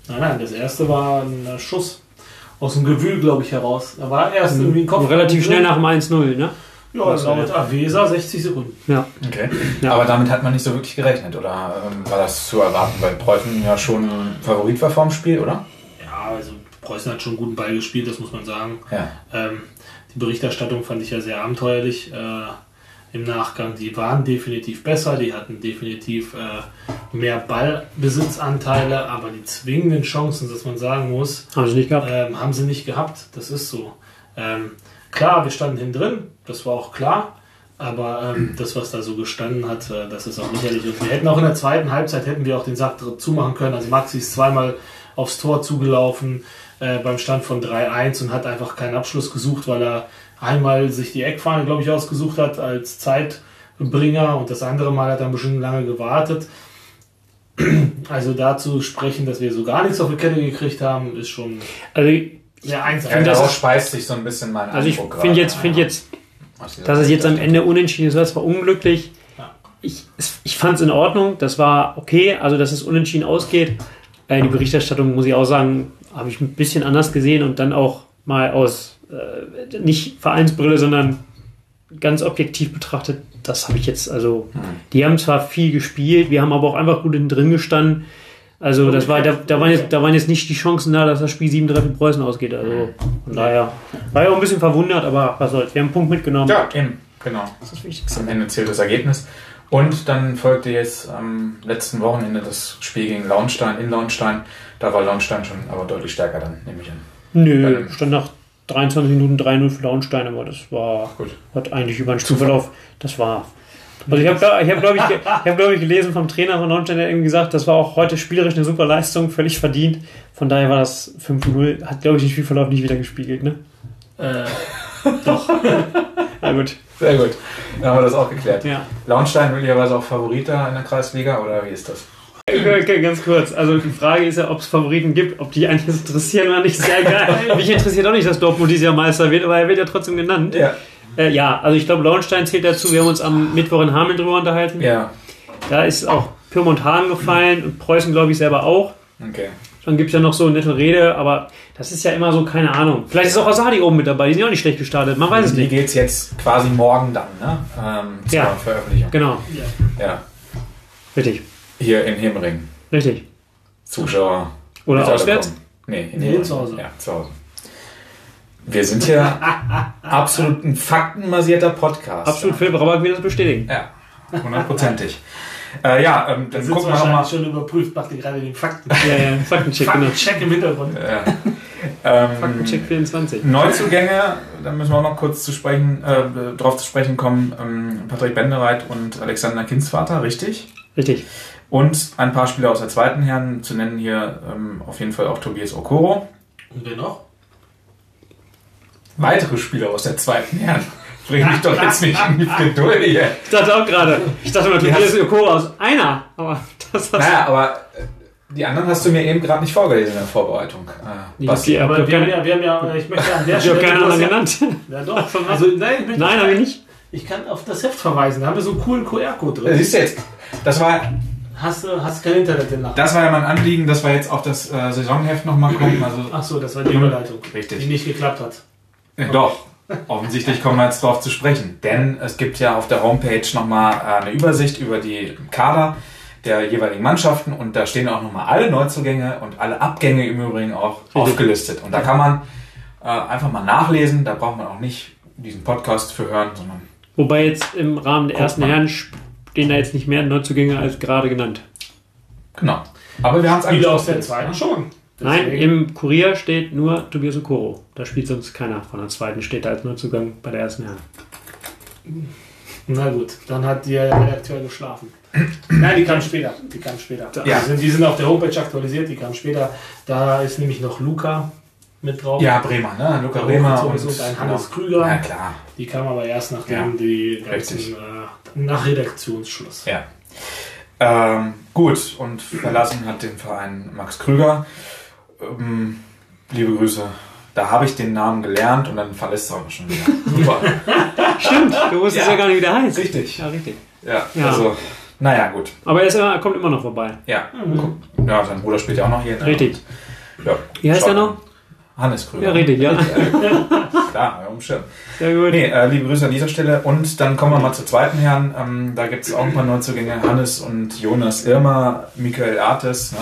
[SPEAKER 3] Nein, nein, das erste war ein äh, Schuss aus dem Gewühl, glaube ich, heraus. Da war erst irgendwie ein
[SPEAKER 1] Und
[SPEAKER 3] Kopf.
[SPEAKER 1] Mhm. relativ schnell nach dem 1-0, ne?
[SPEAKER 3] Ja, laut Avesa 60 Sekunden.
[SPEAKER 1] Ja.
[SPEAKER 2] Okay.
[SPEAKER 1] Ja.
[SPEAKER 2] Aber damit hat man nicht so wirklich gerechnet, oder ähm, war das zu erwarten, weil Preußen ja schon Favorit war vorm Spiel, oder?
[SPEAKER 3] Ja, also Preußen hat schon einen guten Ball gespielt, das muss man sagen.
[SPEAKER 2] Ja.
[SPEAKER 3] Ähm, die Berichterstattung fand ich ja sehr abenteuerlich äh, im Nachgang. Die waren definitiv besser, die hatten definitiv äh, mehr Ballbesitzanteile, aber die zwingenden Chancen, dass man sagen muss,
[SPEAKER 1] Haben sie nicht gehabt.
[SPEAKER 3] Ähm, haben sie nicht gehabt, das ist so. Ähm, klar, wir standen hinten drin, das war auch klar, aber ähm, das, was da so gestanden hat, äh, das ist auch lächerlich. Und wir hätten auch in der zweiten Halbzeit, hätten wir auch den Sack dr- zumachen können. Also Maxi ist zweimal aufs Tor zugelaufen äh, beim Stand von 3-1 und hat einfach keinen Abschluss gesucht, weil er einmal sich die Eckfahne, glaube ich, ausgesucht hat als Zeit Bringer und das andere Mal hat er ein bisschen lange gewartet. Also dazu sprechen, dass wir so gar nichts auf die Kette gekriegt haben, ist schon
[SPEAKER 1] Also,
[SPEAKER 3] sehr
[SPEAKER 2] Ja,
[SPEAKER 3] einsam.
[SPEAKER 1] das
[SPEAKER 2] daraus
[SPEAKER 1] ist-
[SPEAKER 2] speist sich so ein bisschen mein
[SPEAKER 1] also ich
[SPEAKER 2] Eindruck
[SPEAKER 1] finde
[SPEAKER 2] gerade.
[SPEAKER 1] jetzt, find jetzt,
[SPEAKER 2] Was also- dieser
[SPEAKER 1] dass es jetzt am
[SPEAKER 2] Bericht
[SPEAKER 1] Ende unentschieden ist, war zwar unglücklich.
[SPEAKER 3] Ja.
[SPEAKER 1] Ich, es- ich fand es in Ordnung, das war okay, also dass es unentschieden ausgeht. Äh, die Berichterstattung, muss ich auch sagen, habe ich ein bisschen anders gesehen und dann auch mal aus, äh, nicht Vereinsbrille, sondern ganz objektiv betrachtet, das habe ich jetzt, also die haben zwar viel gespielt, wir haben aber auch einfach gut hinten drin gestanden. Also das war, da, da, waren jetzt, da waren jetzt nicht die Chancen da, dass das Spiel 7-3 für Preußen ausgeht. Also von daher war ich auch ein bisschen verwundert, aber was soll's. Wir haben einen Punkt mitgenommen.
[SPEAKER 2] Ja, eben, genau.
[SPEAKER 1] Das ist das Wichtigste.
[SPEAKER 2] Am Ende zählt das Ergebnis. Und dann folgte jetzt am letzten Wochenende das Spiel gegen Launstein in Launstein. Da war Launstein schon aber deutlich stärker dann, nehme ich an.
[SPEAKER 1] Nö,
[SPEAKER 2] Ähm.
[SPEAKER 1] stand nach 23 Minuten 3-0 für Launstein, aber das war
[SPEAKER 2] Gut.
[SPEAKER 1] hat eigentlich über den Spielverlauf, das war. Also ich habe, ich hab, glaube ich, ge- ich, hab, glaub ich, gelesen vom Trainer von Launstein, der irgendwie gesagt, das war auch heute spielerisch eine super Leistung, völlig verdient. Von daher war das 5-0, hat, glaube ich, den Spielverlauf nicht wieder gespiegelt, ne?
[SPEAKER 3] Äh,
[SPEAKER 1] Na gut.
[SPEAKER 2] Sehr gut. Dann haben wir das auch geklärt.
[SPEAKER 1] Ja.
[SPEAKER 2] Launstein möglicherweise auch Favorit da in der Kreisliga oder wie ist das?
[SPEAKER 1] Okay, ganz kurz. Also die Frage ist ja, ob es Favoriten gibt, ob die einen jetzt interessieren oder nicht. Sehr geil. Mich interessiert auch nicht, dass Dortmund dieses Jahr Meister wird, aber er wird ja trotzdem genannt.
[SPEAKER 2] Ja.
[SPEAKER 1] Äh, ja, also ich glaube, Launstein zählt dazu. Wir haben uns am Mittwoch in Hameln drüber unterhalten.
[SPEAKER 2] Ja,
[SPEAKER 1] Da ist auch Pyrmont Hahn gefallen und Preußen, glaube ich, selber auch.
[SPEAKER 2] okay.
[SPEAKER 1] Dann gibt es ja noch so eine nette Rede, aber das ist ja immer so, keine Ahnung. Vielleicht ist auch Asadi oben mit dabei, die sind ja auch nicht schlecht gestartet, man weiß es
[SPEAKER 2] Wie
[SPEAKER 1] nicht.
[SPEAKER 2] geht's jetzt quasi morgen dann, ne? Ähm, zur
[SPEAKER 1] Ja.
[SPEAKER 2] Veröffentlichung.
[SPEAKER 1] Genau,
[SPEAKER 2] Ja.
[SPEAKER 1] richtig,
[SPEAKER 2] Hier in Hemring.
[SPEAKER 1] richtig.
[SPEAKER 2] Zuschauer.
[SPEAKER 1] Oder
[SPEAKER 2] Mit alle
[SPEAKER 1] auswärts?
[SPEAKER 2] kommen. Nee, in
[SPEAKER 3] Nee,
[SPEAKER 2] Hemring.
[SPEAKER 3] zu Hause.
[SPEAKER 2] Ja, zu Hause. Wir sind hier absolut ein faktenbasierter Podcast.
[SPEAKER 1] Absolut, Philipp Rabak will das bestätigen.
[SPEAKER 2] Ja, hundertprozentig. äh, ja, ähm, dann
[SPEAKER 3] das ist
[SPEAKER 2] gucken wir nochmal.
[SPEAKER 3] wahrscheinlich schon überprüft, macht ihr gerade den Fakten.
[SPEAKER 1] Ja, ja, Faktencheck, genau.
[SPEAKER 3] Faktencheck im Hintergrund.
[SPEAKER 2] Äh, Ähm,
[SPEAKER 1] Faktencheck 24.
[SPEAKER 2] Neuzugänge, da müssen wir auch noch kurz zu sprechen, äh, drauf zu sprechen kommen. Ähm, Patrick Bendereit und Alexander Kindsvater, richtig?
[SPEAKER 1] Richtig.
[SPEAKER 2] Und ein paar Spieler aus der zweiten Herren, zu nennen hier ähm, auf jeden Fall auch Tobias Okoro.
[SPEAKER 3] Und wer noch?
[SPEAKER 2] Weitere Spieler aus der zweiten Herren. Bring mich doch jetzt nicht in die Bredouille. hier.
[SPEAKER 1] Ich dachte auch gerade, ich dachte mal, Tobias Öko aus einer, aber das hast
[SPEAKER 2] Naja, aber äh, die anderen hast du mir eben gerade nicht vorgelesen in der Vorbereitung. Äh,
[SPEAKER 1] Ich
[SPEAKER 2] Basti.
[SPEAKER 1] hab
[SPEAKER 3] Aber
[SPEAKER 1] keine-
[SPEAKER 3] wir haben ja, wir haben ja, äh, ich möchte an der
[SPEAKER 1] Ich habe
[SPEAKER 3] Stelle.
[SPEAKER 1] keinen anderen
[SPEAKER 3] ja,
[SPEAKER 1] genannt.
[SPEAKER 3] ja, doch. Also, nein, ich, möchte,
[SPEAKER 1] Nein, habe ich nicht.
[SPEAKER 3] ich kann auf das Heft verweisen. Da haben wir so einen coolen QR-Code
[SPEAKER 2] Äh,
[SPEAKER 3] drin.
[SPEAKER 2] Siehst du jetzt, das war
[SPEAKER 3] Hast du hast kein Internet in Nacht?
[SPEAKER 2] Das war ja mein Anliegen, dass wir jetzt auf das äh, Saisonheft nochmal gucken. Also,
[SPEAKER 3] Achso, das war die Überleitung,
[SPEAKER 2] Richtig.
[SPEAKER 3] die nicht geklappt hat.
[SPEAKER 2] äh, doch, offensichtlich kommen wir jetzt drauf zu sprechen. Denn es gibt ja auf der Homepage nochmal äh, eine Übersicht über die Kader der jeweiligen Mannschaften und da stehen auch nochmal alle Neuzugänge und alle Abgänge im Übrigen auch aufgelistet. Und da kann man äh, einfach mal nachlesen, da braucht man auch nicht diesen Podcast für hören, sondern
[SPEAKER 1] Wobei jetzt im Rahmen der ersten
[SPEAKER 2] mal.
[SPEAKER 1] Herren stehen da jetzt nicht mehr Neuzugänge als gerade genannt.
[SPEAKER 2] genau. Aber wir haben es
[SPEAKER 3] Spieler aus der zweiten schon.
[SPEAKER 1] Nein,
[SPEAKER 3] Deswegen-
[SPEAKER 1] im Kurier steht nur Tobias Okoro. Da spielt sonst keiner von der zweiten, steht da als Neuzugang bei der ersten Herren.
[SPEAKER 3] Na gut, dann hat der Redakteur geschlafen. Nein, die kam später. Die kam später.
[SPEAKER 2] Ja.
[SPEAKER 3] Die, sind, die sind auf der Homepage aktualisiert, die kam später. Da ist nämlich noch Luca mit drauf.
[SPEAKER 2] Ja, Bremer, ne? Luca
[SPEAKER 3] Ja,
[SPEAKER 2] Bremer und, genau.
[SPEAKER 3] und ein Hannes Krüger.
[SPEAKER 2] Ja, klar.
[SPEAKER 3] Die kam aber erst nachdem
[SPEAKER 2] Ja,
[SPEAKER 3] die ganzen,
[SPEAKER 2] richtig.
[SPEAKER 3] äh, nach Redaktionsschluss.
[SPEAKER 2] Ja. Ähm, gut, und verlassen hat den Verein Max Krüger. Ähm, liebe Grüße. Da habe ich den Namen gelernt und dann verlässt er uns schon wieder. Super.
[SPEAKER 1] Stimmt, du wusstest ja.
[SPEAKER 2] Ja.
[SPEAKER 1] gar nicht, wie der heißt.
[SPEAKER 2] Richtig.
[SPEAKER 1] Ja, richtig.
[SPEAKER 2] Ja,
[SPEAKER 1] Ja.
[SPEAKER 2] also, naja, gut.
[SPEAKER 1] Aber er, ist, immer- er kommt immer noch vorbei.
[SPEAKER 2] Ja. Guck, ja, sein Bruder spielt ja auch noch hier. Ne?
[SPEAKER 1] Mhm. Richtig.
[SPEAKER 2] Ja.
[SPEAKER 1] Wie heißt
[SPEAKER 2] Schaut
[SPEAKER 1] er
[SPEAKER 2] mal.
[SPEAKER 1] noch?
[SPEAKER 2] Hannes Krüger.
[SPEAKER 1] Ja, richtig, ja.
[SPEAKER 2] Klar, ja, um Schirm.
[SPEAKER 1] Sehr gut.
[SPEAKER 2] Nee, äh, liebe Grüße an dieser Stelle. Und dann kommen wir mal zur zweiten Herren. Ähm, da gibt es auch ein paar Neuzugänge. Hannes und Jonas Irmer, Michael Artes. Ne?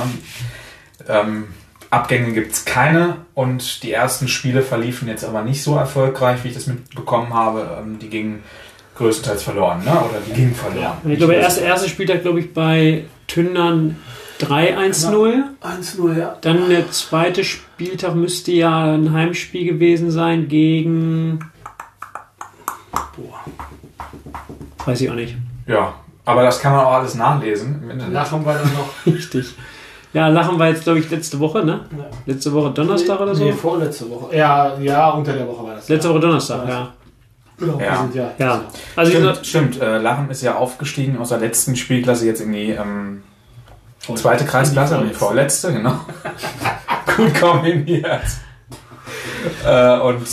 [SPEAKER 2] Ähm, Abgänge gibt es keine. Und die ersten Spiele verliefen jetzt aber nicht so erfolgreich, wie ich das mitbekommen habe. Ähm, die gingen größtenteils verloren, ne? oder die gingen verloren.
[SPEAKER 1] Ich glaube, der erste, erste Spieltag, glaube ich, bei Tündern 3-1-0.
[SPEAKER 3] 1-0, ja.
[SPEAKER 1] Dann der zweite Spieltag müsste ja ein Heimspiel gewesen sein gegen. Boah. Weiß ich auch nicht.
[SPEAKER 2] Ja, aber das kann man auch alles nachlesen im Internet.
[SPEAKER 3] Lachen wir dann noch.
[SPEAKER 1] Richtig. Ja, Lachen war jetzt, glaube ich, letzte Woche, ne? Letzte Woche Donnerstag oder so?
[SPEAKER 3] Nee, vorletzte Woche. Ja, ja, unter der Woche war das.
[SPEAKER 1] Letzte
[SPEAKER 3] ja.
[SPEAKER 1] Woche Donnerstag, ja.
[SPEAKER 3] Genau,
[SPEAKER 2] Ja.
[SPEAKER 3] wir sind ja.
[SPEAKER 1] Ja, also wie
[SPEAKER 2] Stimmt,
[SPEAKER 1] gesagt,
[SPEAKER 2] stimmt. Äh, Lachen ist ja aufgestiegen aus der letzten Spielklasse jetzt in die ähm,
[SPEAKER 3] Voll-
[SPEAKER 2] zweite Kreisklasse, in die
[SPEAKER 3] Voll-
[SPEAKER 2] vorletzte, genau. Gut kombiniert. Äh, und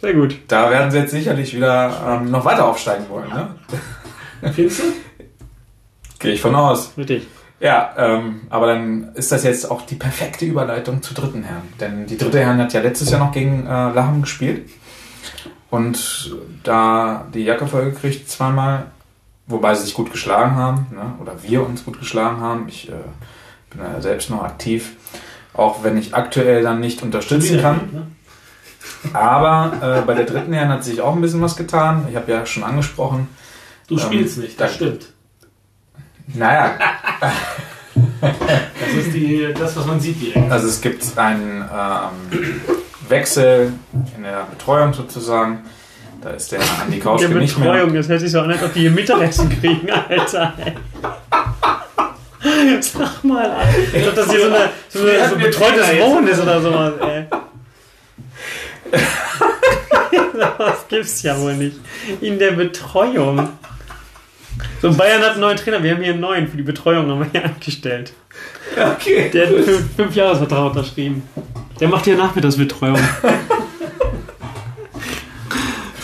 [SPEAKER 1] sehr gut.
[SPEAKER 2] da werden sie jetzt sicherlich wieder ähm, noch weiter aufsteigen wollen. Ne?
[SPEAKER 3] Findest du?
[SPEAKER 2] Gehe ich von aus.
[SPEAKER 1] Richtig.
[SPEAKER 2] Ja, ähm, aber dann ist das jetzt auch die perfekte Überleitung zu dritten Herren. Denn die dritte Herren hat ja letztes Jahr noch gegen äh, Lachen gespielt. Und da die Jacke vollgekriegt zweimal, wobei sie sich gut geschlagen haben, ne? oder wir uns gut geschlagen haben. Ich äh, bin ja selbst noch aktiv, auch wenn ich aktuell dann nicht unterstützen kann.
[SPEAKER 3] Ne?
[SPEAKER 2] Aber äh, bei der dritten Herren hat sich auch ein bisschen was getan. Ich habe ja schon angesprochen,
[SPEAKER 3] Du
[SPEAKER 2] Ähm,
[SPEAKER 3] spielst nicht, das stimmt.
[SPEAKER 2] naja,
[SPEAKER 3] Das ist die, das, was man sieht direkt.
[SPEAKER 2] Also es gibt einen ähm, Wechsel in der Betreuung sozusagen. Da ist der Andi
[SPEAKER 1] Mit der
[SPEAKER 2] Kauschke nicht mehr.
[SPEAKER 1] Betreuung, das hört sich so an, als ob die hier Mittagessen kriegen, Alter. ey. Sag mal, Alter. Ich glaube, das ist hier so, eine, so, eine, so ein betreutes Wohnen ist oder sowas, ey. das gibt's ja wohl nicht. In der Betreuung. So, Bayern hat einen neuen Trainer. Wir haben hier einen neuen für die Betreuung, haben wir hier angestellt.
[SPEAKER 2] Okay.
[SPEAKER 1] Der hat einen fünf, fünf Jahresvertrag unterschrieben. Der macht hier Nachmittagsbetreuung.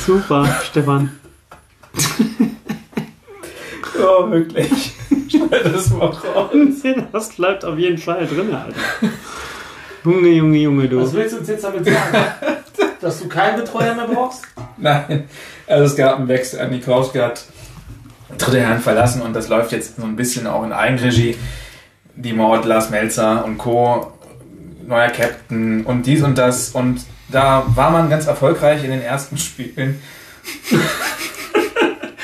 [SPEAKER 1] Super, Stefan.
[SPEAKER 2] Oh, wirklich. Schneid das mal raus.
[SPEAKER 1] Unsinn, das bleibt auf jeden Fall drin, Alter. Junge, Junge, Junge,
[SPEAKER 3] Was
[SPEAKER 1] du.
[SPEAKER 3] willst du uns jetzt damit sagen? Dass du keinen Betreuer mehr brauchst?
[SPEAKER 2] Nein, also es gab einen Wechsel. Andi Kauschke hat dritte Herren verlassen und das läuft jetzt so ein bisschen auch in Eigenregie. Die Mord, Lars Melzer und Co., neuer Captain und dies und das. Und da war man ganz erfolgreich in den ersten Spielen.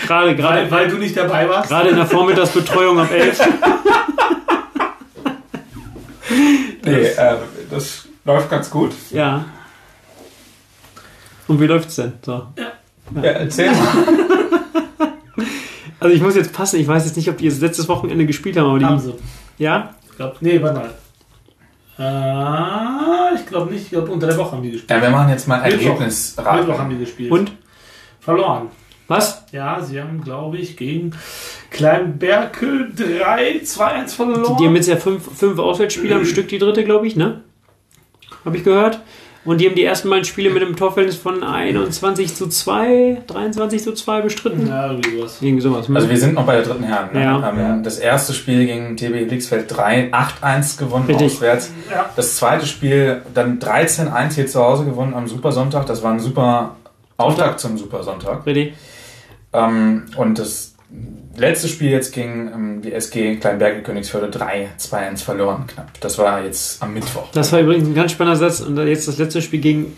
[SPEAKER 1] Gerade,
[SPEAKER 3] Weil,
[SPEAKER 1] gerade,
[SPEAKER 3] weil du nicht dabei warst?
[SPEAKER 1] gerade in der Vormittagsbetreuung ab 11.
[SPEAKER 2] Nee, äh, das läuft ganz gut.
[SPEAKER 1] Ja. Und wie läuft's denn? So.
[SPEAKER 2] Ja, erzähl mal.
[SPEAKER 1] Also ich muss jetzt passen, ich weiß jetzt nicht, ob die jetzt letztes Wochenende gespielt haben, aber die.
[SPEAKER 3] Haben sie.
[SPEAKER 1] Ja?
[SPEAKER 3] Ich glaub, nee, warte mal. Äh, ich glaube nicht. Ich glaube, unter der Woche haben die gespielt.
[SPEAKER 2] Ja, wir machen jetzt mal
[SPEAKER 3] Mittwoch. Mittwoch haben
[SPEAKER 2] Ergebnisraten.
[SPEAKER 3] die gespielt.
[SPEAKER 1] Und?
[SPEAKER 3] Verloren.
[SPEAKER 1] Was?
[SPEAKER 3] Ja, sie haben, glaube ich, gegen Kleinberkel 3, 2-1 verloren.
[SPEAKER 1] Die haben jetzt ja fünf, fünf Auswärtsspiele am Stück, die dritte, glaube ich, ne? Habe ich gehört. Und die haben die ersten beiden Spiele mit einem Torverhältnis von 21 zu 2, 23 zu 2 bestritten.
[SPEAKER 3] ja, irgendwie sowas.
[SPEAKER 1] Irgendwie sowas. hm?
[SPEAKER 2] Also wir sind noch bei der dritten Herren. Ne?
[SPEAKER 1] Ja.
[SPEAKER 2] Ähm, das erste Spiel gegen TB Lixfeld 3, 8-1 gewonnen
[SPEAKER 1] Richtig.
[SPEAKER 2] auswärts.
[SPEAKER 3] Ja.
[SPEAKER 2] Das zweite Spiel dann 13-1 hier zu Hause gewonnen am Supersonntag. Das war ein super Auftakt zum Supersonntag.
[SPEAKER 1] Ready?
[SPEAKER 2] Ähm, und das letzte Spiel jetzt gegen ähm, die SG Kleinberge Königsförde 3, 2-1 verloren knapp. Das war jetzt am Mittwoch.
[SPEAKER 1] Das war übrigens ein ganz spannender Satz. Und jetzt das letzte Spiel gegen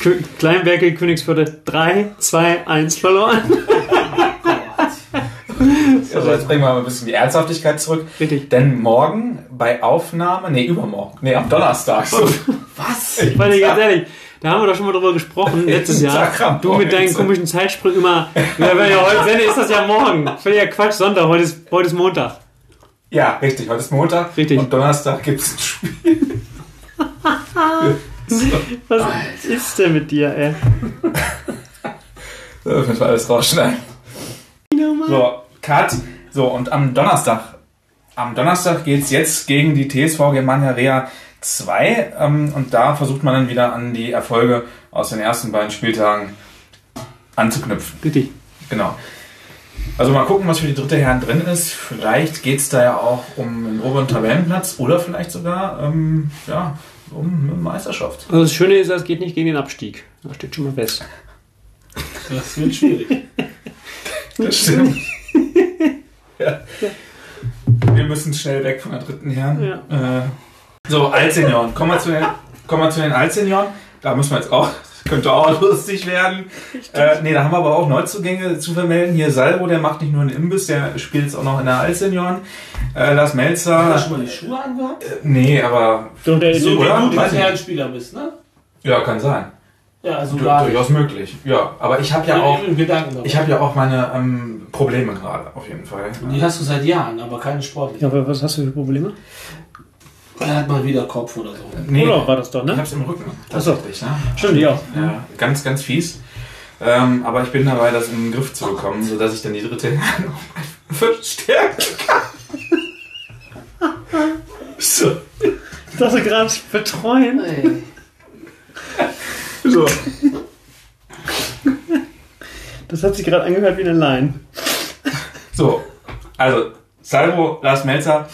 [SPEAKER 1] Kö- Kleinwerke Königsförde 3, 2, 1 verloren.
[SPEAKER 2] Also jetzt bringen wir mal ein bisschen die Ernsthaftigkeit zurück.
[SPEAKER 1] Richtig.
[SPEAKER 2] Denn morgen bei Aufnahme, nee, übermorgen, nee, am Donnerstag.
[SPEAKER 3] Was?
[SPEAKER 1] Ich meine, ganz ehrlich, da haben wir doch schon mal drüber gesprochen, letztes
[SPEAKER 2] Tag
[SPEAKER 1] Jahr.
[SPEAKER 2] am
[SPEAKER 1] Du mit deinen
[SPEAKER 2] Morgen.
[SPEAKER 1] komischen Zeitsprüngen immer. Ja, wenn ihr heute sendet, ist das ja morgen. Völliger Quatsch, Sonntag, heute ist, heute ist Montag.
[SPEAKER 2] Ja, richtig. Heute ist Montag.
[SPEAKER 1] Richtig.
[SPEAKER 2] Und Donnerstag gibt es ein Spiel.
[SPEAKER 1] Was ist denn mit dir, ey?
[SPEAKER 2] So, müssen wir alles rausschneiden. So, Cut. So, und am Donnerstag. Am Donnerstag geht es jetzt gegen die TSV Germania Rea 2. Ähm, und da versucht man dann wieder an die Erfolge aus den ersten beiden Spieltagen anzuknüpfen.
[SPEAKER 1] Richtig.
[SPEAKER 2] Genau. Also mal gucken, was für die dritte Herren drin ist. Vielleicht geht es da ja auch um den oberen Tabellenplatz oder vielleicht sogar ähm, ja, um eine Meisterschaft.
[SPEAKER 1] Also das Schöne ist, es geht nicht gegen den Abstieg. Das steht schon mal fest.
[SPEAKER 3] Das wird schwierig.
[SPEAKER 2] Das stimmt. ja. Wir müssen schnell weg von der dritten Herren. Äh, so, Altsenioren. Kommen wir zu den, kommen wir zu den Altsenioren. Da müssen wir jetzt auch, das könnte auch lustig werden. Äh, nee, da haben wir aber auch Neuzugänge zu vermelden. Hier Salvo, der macht nicht nur einen Imbiss, der spielt jetzt auch noch in der Altsenioren. Äh, Lars
[SPEAKER 3] Hast
[SPEAKER 2] Melzer.
[SPEAKER 3] du schon mal die Schuhe angehabt?
[SPEAKER 2] Äh, nee, aber.
[SPEAKER 1] So, der,
[SPEAKER 3] So
[SPEAKER 2] Äh, oder?
[SPEAKER 3] wie du
[SPEAKER 2] Weiß
[SPEAKER 3] der
[SPEAKER 2] nicht.
[SPEAKER 3] Herrenspieler bist, ne?
[SPEAKER 2] Ja, kann sein.
[SPEAKER 3] Ja, also
[SPEAKER 2] Du-
[SPEAKER 3] gar nicht.
[SPEAKER 2] durchaus möglich. Ja, aber ich habe ja auch.
[SPEAKER 3] Im Gedanken dabei.
[SPEAKER 2] Ich habe ja auch meine ähm, Probleme gerade, auf jeden Fall.
[SPEAKER 3] Die hast du seit Jahren, aber keine sportlichen.
[SPEAKER 1] ja, aber was hast du für Probleme?
[SPEAKER 3] Er hat mal wieder Kopf oder so.
[SPEAKER 2] Nee.
[SPEAKER 1] Urlaub war das doch,
[SPEAKER 2] Ich
[SPEAKER 1] ne?
[SPEAKER 2] hab's im Rücken.
[SPEAKER 1] Ach so.
[SPEAKER 2] Tatsächlich, ne?
[SPEAKER 1] Stimmt, ja.
[SPEAKER 2] Ja, ganz, ganz fies. Äh, Ähm, aber ich bin dabei, das in den Griff zu bekommen, sodass ich dann die dritte verstärken kann. So.
[SPEAKER 1] Ich dachte gerade betreuen.
[SPEAKER 5] Ey.
[SPEAKER 2] so.
[SPEAKER 1] Das hat sich gerade angehört wie eine Line.
[SPEAKER 2] So, also Salvo, Lars Melzer,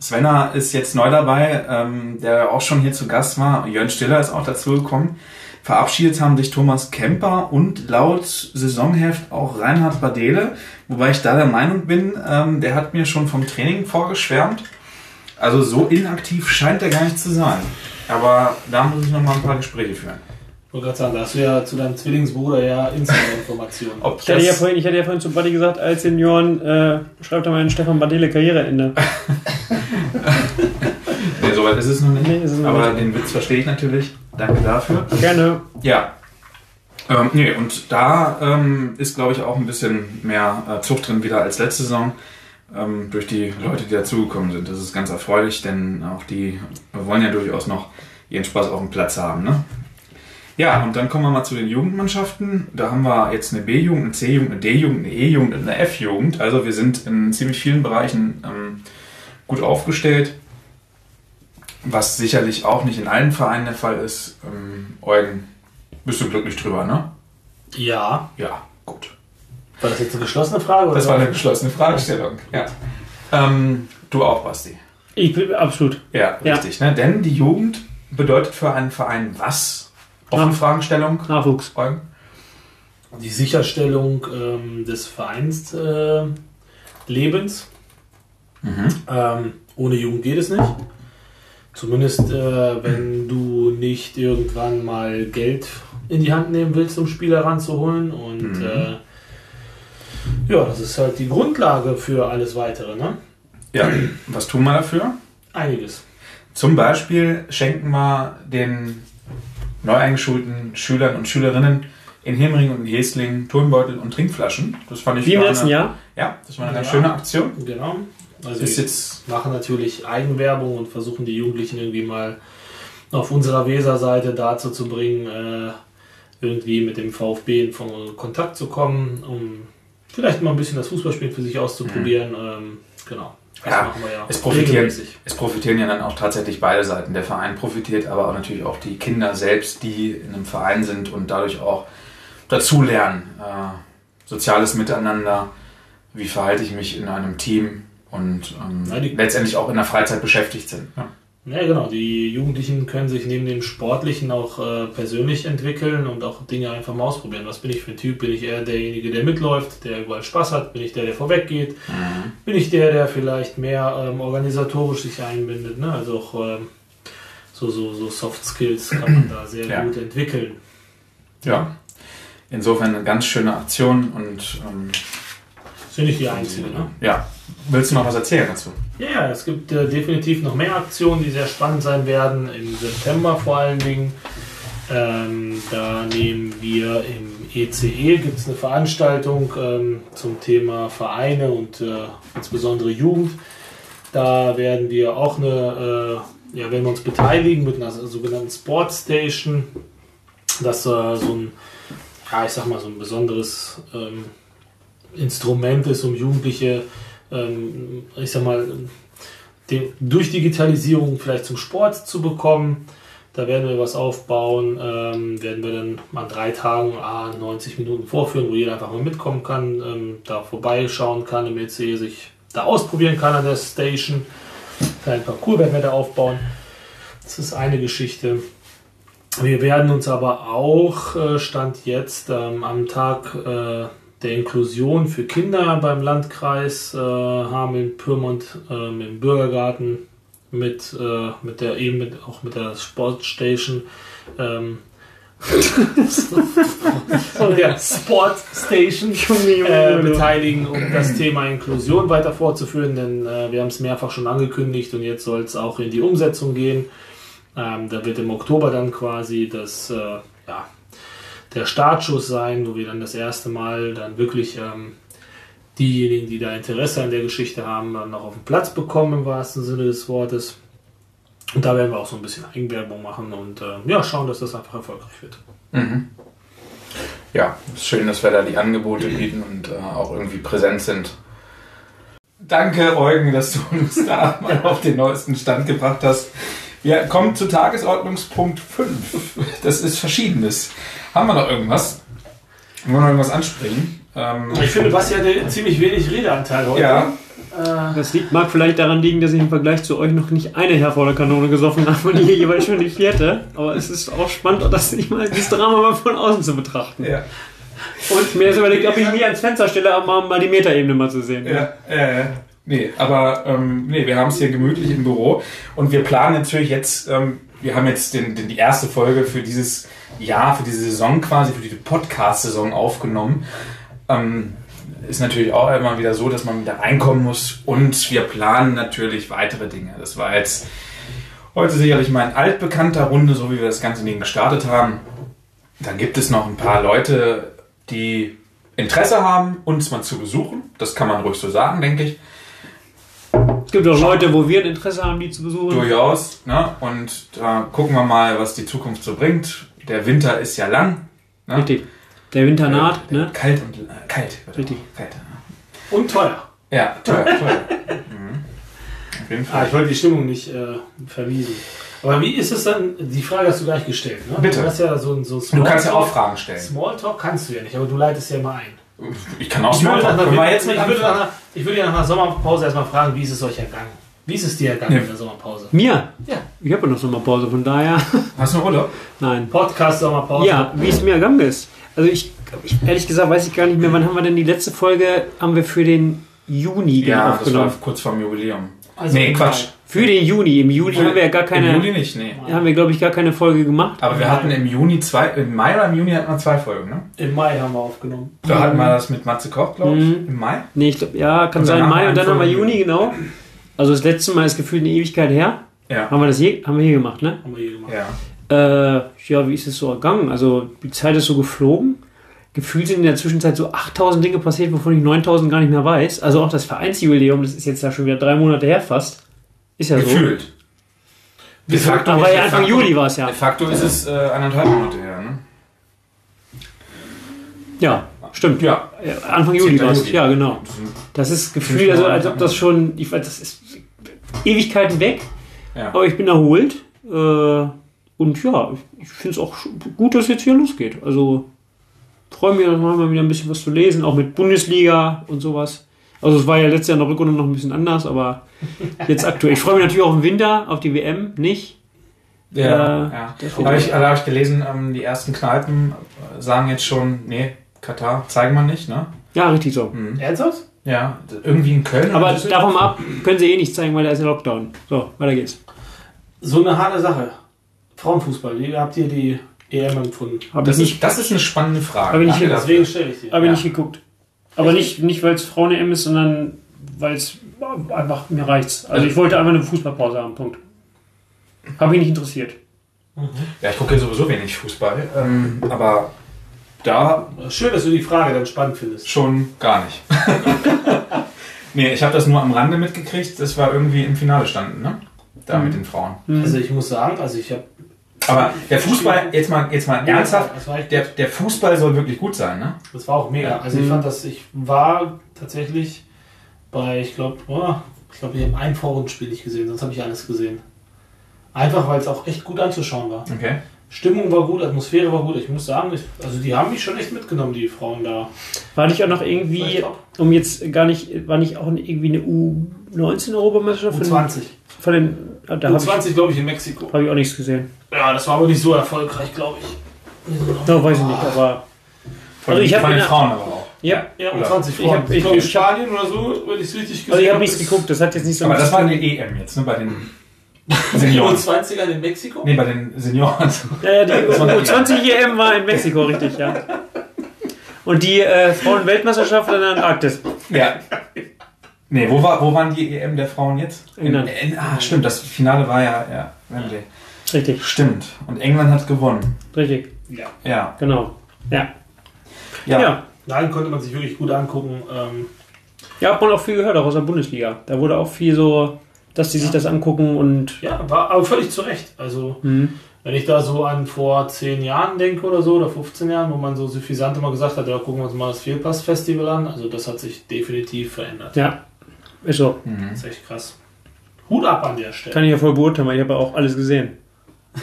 [SPEAKER 2] Svenna ist jetzt neu dabei, ähm, der auch schon hier zu Gast war. Jörn Stiller ist auch dazu gekommen. Verabschiedet haben sich Thomas Kemper und laut Saisonheft auch Reinhard Badele, wobei ich da der Meinung bin, ähm, der hat mir schon vom Training vorgeschwärmt. Also so inaktiv scheint er gar nicht zu sein. Aber da muss ich noch mal ein paar Gespräche führen.
[SPEAKER 3] Ich wollte gerade sagen, da hast du ja zu deinem Zwillingsbruder ja Insider-Informationen.
[SPEAKER 2] Ob
[SPEAKER 1] Ich hatte, ja vorhin, ich hatte ja vorhin zu Buddy gesagt, als Senioren äh, schreibt er meinen Stefan Badele Karriereende.
[SPEAKER 2] nee, soweit ist es noch nicht.
[SPEAKER 1] Nee, ist es noch
[SPEAKER 2] Aber
[SPEAKER 1] nicht.
[SPEAKER 2] den Witz verstehe ich natürlich. Danke dafür.
[SPEAKER 1] Gerne.
[SPEAKER 2] Ja. Ähm, nee, und da ähm, ist, glaube ich, auch ein bisschen mehr äh, Zucht drin wieder als letzte Saison. Ähm, durch die Leute, die dazugekommen sind. Das ist ganz erfreulich, denn auch die wollen ja durchaus noch ihren Spaß auf dem Platz haben. Ne? Ja, und dann kommen wir mal zu den Jugendmannschaften. Da haben wir jetzt eine B-Jugend, eine C-Jugend, eine D-Jugend, eine E-Jugend und eine F-Jugend. Also wir sind in ziemlich vielen Bereichen ähm, gut aufgestellt. Was sicherlich auch nicht in allen Vereinen der Fall ist. Ähm, Eugen, bist du glücklich drüber, ne?
[SPEAKER 3] Ja.
[SPEAKER 2] Ja, gut.
[SPEAKER 3] War das jetzt eine geschlossene Frage? Oder
[SPEAKER 2] Das war eine geschlossene Fragestellung. Ja. Ähm, du auch, Basti.
[SPEAKER 1] Ich bin absolut.
[SPEAKER 2] Ja,
[SPEAKER 1] Ja.
[SPEAKER 2] richtig. Ne? Denn die Jugend bedeutet für einen Verein was? Offene
[SPEAKER 1] Ja.
[SPEAKER 2] Fragestellung,
[SPEAKER 1] Nachwuchs.
[SPEAKER 2] Eugen?
[SPEAKER 3] die Sicherstellung ähm, des Vereins äh, Lebens.
[SPEAKER 2] Mhm.
[SPEAKER 3] Ähm, ohne Jugend geht es nicht. Zumindest äh, wenn du nicht irgendwann mal Geld in die Hand nehmen willst, um Spieler ranzuholen. Und
[SPEAKER 2] Mhm.
[SPEAKER 3] äh, ja, das ist halt die Grundlage für alles Weitere. Ne?
[SPEAKER 2] Ja. Was tun wir dafür?
[SPEAKER 3] Einiges.
[SPEAKER 2] Zum Beispiel schenken wir den neu eingeschulten Schülern und Schülerinnen in Hemring und in Hesling Turnbeutel und Trinkflaschen. Das fand ich
[SPEAKER 1] Wie im
[SPEAKER 2] war
[SPEAKER 1] letzten
[SPEAKER 2] eine,
[SPEAKER 1] Jahr.
[SPEAKER 2] Ja, das war eine
[SPEAKER 3] Ja.
[SPEAKER 2] ganz schöne Aktion.
[SPEAKER 3] Genau. Also
[SPEAKER 2] Ist
[SPEAKER 3] wir
[SPEAKER 2] jetzt
[SPEAKER 3] machen natürlich Eigenwerbung und versuchen die Jugendlichen irgendwie mal auf unserer Weser-Seite dazu zu bringen, äh, irgendwie mit dem VfB in Fon- Kontakt zu kommen, um vielleicht mal ein bisschen das Fußballspielen für sich auszuprobieren. Ähm, genau. Das
[SPEAKER 2] Mhm. Ja,
[SPEAKER 3] machen wir ja
[SPEAKER 2] Es profitieren,
[SPEAKER 3] regelmäßig.
[SPEAKER 2] es profitieren ja dann auch tatsächlich beide Seiten. Der Verein profitiert, aber auch natürlich auch die Kinder selbst, die in einem Verein sind und dadurch auch dazulernen. Äh, soziales Miteinander, wie verhalte ich mich in einem Team und ähm,
[SPEAKER 3] Ja, die-
[SPEAKER 2] letztendlich auch in der Freizeit beschäftigt sind. Ja.
[SPEAKER 3] Ja, genau. Die Jugendlichen können sich neben dem Sportlichen auch äh, persönlich entwickeln und auch Dinge einfach mal ausprobieren. Was bin ich für ein Typ? Bin ich eher derjenige, der mitläuft, der überall Spaß hat? Bin ich der, der vorweggeht?
[SPEAKER 2] Mhm.
[SPEAKER 3] Bin ich der, der vielleicht mehr ähm, organisatorisch sich einbindet? Ne? Also auch ähm, so, so, so Soft Skills kann man da sehr
[SPEAKER 2] Ja.
[SPEAKER 3] gut entwickeln.
[SPEAKER 2] ja. Insofern eine ganz schöne Aktion und ähm,
[SPEAKER 3] Sind nicht die einzige, ne?
[SPEAKER 2] ja. Willst du noch was erzählen dazu?
[SPEAKER 3] Ja, Ja, es gibt äh, definitiv noch mehr Aktionen, die sehr spannend sein werden, im September vor allen Dingen. Ähm, da nehmen wir im E ECE, gibt es eine Veranstaltung ähm, zum Thema Vereine und äh, insbesondere Jugend. Da werden wir auch eine, äh, ja, werden wir uns beteiligen mit einer sogenannten Sportstation. Das äh, so ein, ja, ich sag mal, so ein besonderes ähm, Instrument ist, um Jugendliche ähm, ich sag mal, den, durch Digitalisierung vielleicht zum Sport zu bekommen. Da werden wir was aufbauen, ähm, werden wir dann an drei Tagen ah, 90 Minuten vorführen, wo jeder einfach mal mitkommen kann, ähm, da vorbeischauen kann im EC, sich da ausprobieren kann an der Station. Kleinen Parcours werden wir da aufbauen. Das ist eine Geschichte. Wir werden uns aber auch, äh, Stand jetzt, ähm, am Tag äh, der Inklusion für Kinder beim Landkreis äh, haben in Pyrmont ähm, im Bürgergarten mit, äh, mit der eben mit, auch mit der Sportstation ähm, mit der Sportstation äh,
[SPEAKER 1] genau.
[SPEAKER 3] beteiligen, um das Thema Inklusion weiter fortzuführen, denn äh, wir haben es mehrfach schon angekündigt und jetzt soll es auch in die Umsetzung gehen. Ähm, da wird im Oktober dann quasi das, äh, ja, der Startschuss sein, wo wir dann das erste Mal dann wirklich ähm, diejenigen, die da Interesse an der Geschichte haben, dann noch auf den Platz bekommen im wahrsten Sinne des Wortes. Und da werden wir auch so ein bisschen Eigenwerbung machen und äh, ja, schauen, dass das einfach erfolgreich wird.
[SPEAKER 2] Mhm. ja, es ist schön, dass wir da die Angebote bieten und äh, auch irgendwie präsent sind. Danke, Eugen, dass du uns da mal auf den neuesten Stand gebracht hast. Wir kommen zu Tagesordnungspunkt 5. Das ist Verschiedenes. Haben wir noch irgendwas? Wollen wir noch irgendwas ansprechen? Ähm,
[SPEAKER 3] Ich finde, Basti hatte ziemlich wenig Redeanteil heute.
[SPEAKER 2] ja,
[SPEAKER 3] Äh,
[SPEAKER 1] Das liegt, mag vielleicht daran liegen, dass ich im Vergleich zu euch noch nicht eine Herforder-Kanone gesoffen habe und ihr jeweils schon die vierte. Aber es ist auch spannend, das nicht mal dieses Drama mal von außen zu betrachten.
[SPEAKER 2] ja,
[SPEAKER 1] Und mir ist überlegt, ob ich mich ans Fenster stelle, um mal die Metaebene mal zu sehen.
[SPEAKER 2] ja, ja, ja. ne? Nee, aber ähm, nee, wir haben es hier gemütlich im Büro und wir planen natürlich jetzt, ähm, wir haben jetzt den, den, die erste Folge für dieses Jahr, für diese Saison quasi, für die Podcast-Saison aufgenommen. Ähm, ist natürlich auch immer wieder so, dass man wieder reinkommen muss und wir planen natürlich weitere Dinge. Das war jetzt heute sicherlich mal in altbekannter Runde, so wie wir das ganze Ding gestartet haben. Dann gibt es noch ein paar Leute, die Interesse haben, uns mal zu besuchen. Das kann man ruhig so sagen, denke ich.
[SPEAKER 1] Es gibt auch Leute, wo wir ein Interesse haben, die zu besuchen.
[SPEAKER 2] Durchaus. Ne? Und da gucken wir mal, was die Zukunft so bringt. Der Winter ist ja lang. Ne?
[SPEAKER 1] Richtig. Der Winter naht,
[SPEAKER 2] Äh,
[SPEAKER 1] ne?
[SPEAKER 2] Kalt und äh, kalt. wird
[SPEAKER 1] Richtig.
[SPEAKER 2] auch Kalt. ne?
[SPEAKER 3] und teuer.
[SPEAKER 2] Ja, toll, toll. Mhm. Auf jeden
[SPEAKER 3] Ah,
[SPEAKER 2] Fall.
[SPEAKER 3] ich wollte die Stimmung nicht äh, verwiesen. Aber wie ist es dann? Die Frage hast du gleich gestellt. Ne?
[SPEAKER 2] Bitte.
[SPEAKER 3] Du hast ja so ein so
[SPEAKER 2] Du kannst ja auch
[SPEAKER 3] Smalltalk-
[SPEAKER 2] Fragen stellen.
[SPEAKER 3] Smalltalk kannst du ja nicht, aber du leitest ja mal ein.
[SPEAKER 2] Ich kann auch
[SPEAKER 3] Ich würde,
[SPEAKER 2] Smalltalk.
[SPEAKER 3] nach,
[SPEAKER 2] Können wir
[SPEAKER 3] einer-
[SPEAKER 2] jetzt nicht
[SPEAKER 3] ich, würde nach,
[SPEAKER 2] anfangen?
[SPEAKER 3] einer- ich würde ja nach einer Sommerpause erstmal fragen, wie ist es euch ergangen? Wie ist es dir ergangen
[SPEAKER 2] Ja.
[SPEAKER 3] in der Sommerpause?
[SPEAKER 1] Mir?
[SPEAKER 3] Ja.
[SPEAKER 1] Ich habe ja noch Sommerpause, von daher.
[SPEAKER 2] Hast du noch Urlaub?
[SPEAKER 1] Nein.
[SPEAKER 3] Podcast Sommerpause.
[SPEAKER 1] Ja, wie es mir ergangen ist. Also ich, ich, ehrlich gesagt, weiß ich gar nicht mehr, wann haben wir denn die letzte Folge, haben wir für den Juni
[SPEAKER 2] Ja, das war
[SPEAKER 1] aufgenommen.
[SPEAKER 2] kurz vorm Jubiläum.
[SPEAKER 3] Also
[SPEAKER 2] nee,
[SPEAKER 3] im
[SPEAKER 2] Quatsch.
[SPEAKER 1] Für den Juni. Im Juli haben wir ja gar keine,
[SPEAKER 2] Im Juli nicht, nee.
[SPEAKER 1] haben wir glaube ich gar keine Folge gemacht.
[SPEAKER 2] Aber wir hatten im Juni zwei, im Mai oder im Juni hatten wir zwei Folgen, ne?
[SPEAKER 3] Im Mai haben wir aufgenommen.
[SPEAKER 2] Da hatten wir das mit Matze Koch, glaube ich,
[SPEAKER 1] Mhm.
[SPEAKER 2] im Mai.
[SPEAKER 1] Nee, ich glaube, ja, kann
[SPEAKER 2] Und
[SPEAKER 1] sein
[SPEAKER 2] danach
[SPEAKER 1] Mai
[SPEAKER 2] eine
[SPEAKER 1] und dann haben wir
[SPEAKER 2] Folge
[SPEAKER 1] Juni, genau. Also das letzte Mal ist gefühlt eine Ewigkeit her.
[SPEAKER 2] Ja.
[SPEAKER 1] Haben wir das je, haben wir hier gemacht, ne?
[SPEAKER 3] Haben wir hier gemacht.
[SPEAKER 2] Ja.
[SPEAKER 1] Äh, ja, wie ist es so ergangen? Also die Zeit ist so geflogen. Gefühlt sind in der Zwischenzeit so 8000 Dinge passiert, wovon ich 9000 gar nicht mehr weiß. Also auch das Vereinsjubiläum, das ist jetzt ja schon wieder drei Monate her fast. Ist ja
[SPEAKER 2] Gefühlt. De
[SPEAKER 1] so. Aber
[SPEAKER 2] nicht,
[SPEAKER 1] ja,
[SPEAKER 2] de
[SPEAKER 1] Anfang
[SPEAKER 2] facto-
[SPEAKER 1] Juli war es ja.
[SPEAKER 2] De facto ist es äh, eineinhalb Monate her, ne?
[SPEAKER 1] Ja, stimmt.
[SPEAKER 2] Ja.
[SPEAKER 1] Ja, Anfang Juli
[SPEAKER 2] 10.
[SPEAKER 1] war es.
[SPEAKER 2] Juli. Mhm.
[SPEAKER 1] Ja, genau. Das ist Gefühl, also, als ob das schon, ich weiß, das ist Ewigkeiten weg.
[SPEAKER 2] Ja.
[SPEAKER 1] Aber ich bin erholt. Äh, und ja, ich- ich finde es auch sch- gut, dass jetzt hier losgeht. Also freue mich auch mal wieder ein bisschen was zu lesen, auch mit Bundesliga und sowas. Also es war ja letztes Jahr in der Rückrunde noch ein bisschen anders, aber jetzt aktuell. Ich freue mich natürlich auch im Winter auf die WM, nicht?
[SPEAKER 2] Ja,
[SPEAKER 1] Ja,
[SPEAKER 2] ja.
[SPEAKER 1] das
[SPEAKER 2] Habe
[SPEAKER 1] wird-
[SPEAKER 2] ich, da hab ich gelesen, ähm, die ersten Kneipen äh, sagen jetzt schon, nee, Katar zeigen wir nicht, ne?
[SPEAKER 1] Ja, richtig so.
[SPEAKER 2] Mhm.
[SPEAKER 3] Ernsthaft?
[SPEAKER 2] Ja, d- irgendwie in Köln.
[SPEAKER 1] Aber
[SPEAKER 2] Das-
[SPEAKER 1] davon mal ab können sie eh nicht zeigen, weil da ist der Lockdown. So, weiter geht's.
[SPEAKER 3] So eine harte Sache. Frauenfußball, wie habt ihr die EM empfunden?
[SPEAKER 1] Habe ich
[SPEAKER 2] das,
[SPEAKER 1] nicht,
[SPEAKER 2] ist, das ist eine spannende Frage.
[SPEAKER 1] Aber nicht
[SPEAKER 2] Danke
[SPEAKER 1] jetzt
[SPEAKER 2] dafür.
[SPEAKER 3] Deswegen stelle ich die.
[SPEAKER 1] hab ich
[SPEAKER 2] ja. Also
[SPEAKER 1] nicht geguckt. Aber nicht, nicht weil es Frauen-EM ist, sondern weil es einfach mir reicht's. Also ich wollte einfach eine Fußballpause haben, Punkt. Habe ich nicht interessiert.
[SPEAKER 2] Ja, ich gucke ja sowieso wenig Fußball, ähm,
[SPEAKER 1] Mhm.
[SPEAKER 2] aber da
[SPEAKER 3] Schön, dass du die Frage dann spannend findest.
[SPEAKER 2] schon gar nicht. nee, ich habe das nur am Rande mitgekriegt. Das war irgendwie im Finale standen, ne? Da
[SPEAKER 1] Mhm.
[SPEAKER 2] mit den Frauen.
[SPEAKER 3] Also ich muss sagen, also ich habe
[SPEAKER 2] Aber der Fußball, jetzt mal, jetzt mal ernsthaft,
[SPEAKER 3] Das war, echt,
[SPEAKER 2] der, der Fußball soll wirklich gut sein, ne?
[SPEAKER 3] das war auch mega. Also ich fand das, ich war tatsächlich bei, ich glaube, oh, ich glaube, ich habe ein Vorrundenspiel nicht gesehen, sonst habe ich alles gesehen. Einfach, weil es auch echt gut anzuschauen war.
[SPEAKER 2] Okay.
[SPEAKER 3] Stimmung war gut, Atmosphäre war gut. Ich muss sagen, ich, also die haben mich schon echt mitgenommen, die Frauen da.
[SPEAKER 1] War nicht auch noch
[SPEAKER 3] War
[SPEAKER 1] irgendwie,
[SPEAKER 3] echt top.
[SPEAKER 1] um jetzt gar nicht, war nicht auch irgendwie eine U19-Europameisterschaft? von-
[SPEAKER 3] U20.
[SPEAKER 1] Von den, ah, da habe ich,
[SPEAKER 3] U20, glaube ich, in Mexiko.
[SPEAKER 1] hab ich auch nichts gesehen.
[SPEAKER 3] Ja, das war aber nicht so erfolgreich, glaube ich.
[SPEAKER 1] Da weiß ich nicht,
[SPEAKER 2] Ah.
[SPEAKER 1] aber
[SPEAKER 2] Von,
[SPEAKER 1] Also ich hab
[SPEAKER 2] von den
[SPEAKER 1] in der-
[SPEAKER 2] Frauen aber auch.
[SPEAKER 1] ja.
[SPEAKER 3] Ja,
[SPEAKER 2] Oder?
[SPEAKER 3] um 20
[SPEAKER 1] Ich hab-
[SPEAKER 3] Frauen. Ich,
[SPEAKER 1] ich-
[SPEAKER 3] glaube,
[SPEAKER 1] ich-
[SPEAKER 3] Spanien oder so, wenn ich es richtig gesehen
[SPEAKER 1] Also ich habe nichts geguckt, das hat jetzt nicht so
[SPEAKER 2] Aber
[SPEAKER 1] mit-
[SPEAKER 2] das war eine EM jetzt, ne? Bei den Senioren.
[SPEAKER 3] U20ern in Mexiko?
[SPEAKER 2] Nee, bei den Senioren.
[SPEAKER 1] Ja, ja, Äh, die
[SPEAKER 2] war eine
[SPEAKER 1] U20 EM war in Mexiko, richtig, ja. Und die äh, Frauen-Weltmeisterschaft in der Antarktis.
[SPEAKER 2] Ja. Nee, wo, war, wo waren die EM der Frauen jetzt?
[SPEAKER 1] England.
[SPEAKER 2] in, ah, stimmt, das Finale war ja, ja. Wembley.
[SPEAKER 1] Richtig,
[SPEAKER 2] Stimmt. Und England hat gewonnen.
[SPEAKER 1] richtig,
[SPEAKER 3] Ja.
[SPEAKER 2] Ja.
[SPEAKER 1] genau. Ja. Ja.
[SPEAKER 2] Ja.
[SPEAKER 1] ja.
[SPEAKER 3] Nein, konnte man sich wirklich gut angucken. Ähm,
[SPEAKER 1] hat man auch viel gehört, auch aus der Bundesliga. Da wurde auch viel so, dass die sich das angucken und. hm,
[SPEAKER 3] ja, war aber völlig zu Recht. Also, Wenn ich da so an vor 10 Jahren denke oder so, oder 15 Jahren, wo man so suffisant immer gesagt hat, ja, gucken wir uns mal das Vielpass-Festival an. Also das hat sich definitiv verändert.
[SPEAKER 1] Ja, ist so.
[SPEAKER 3] Das ist echt krass. Hut ab an der Stelle.
[SPEAKER 1] Kann ich ja voll beurteilen, weil ich habe ja auch alles gesehen.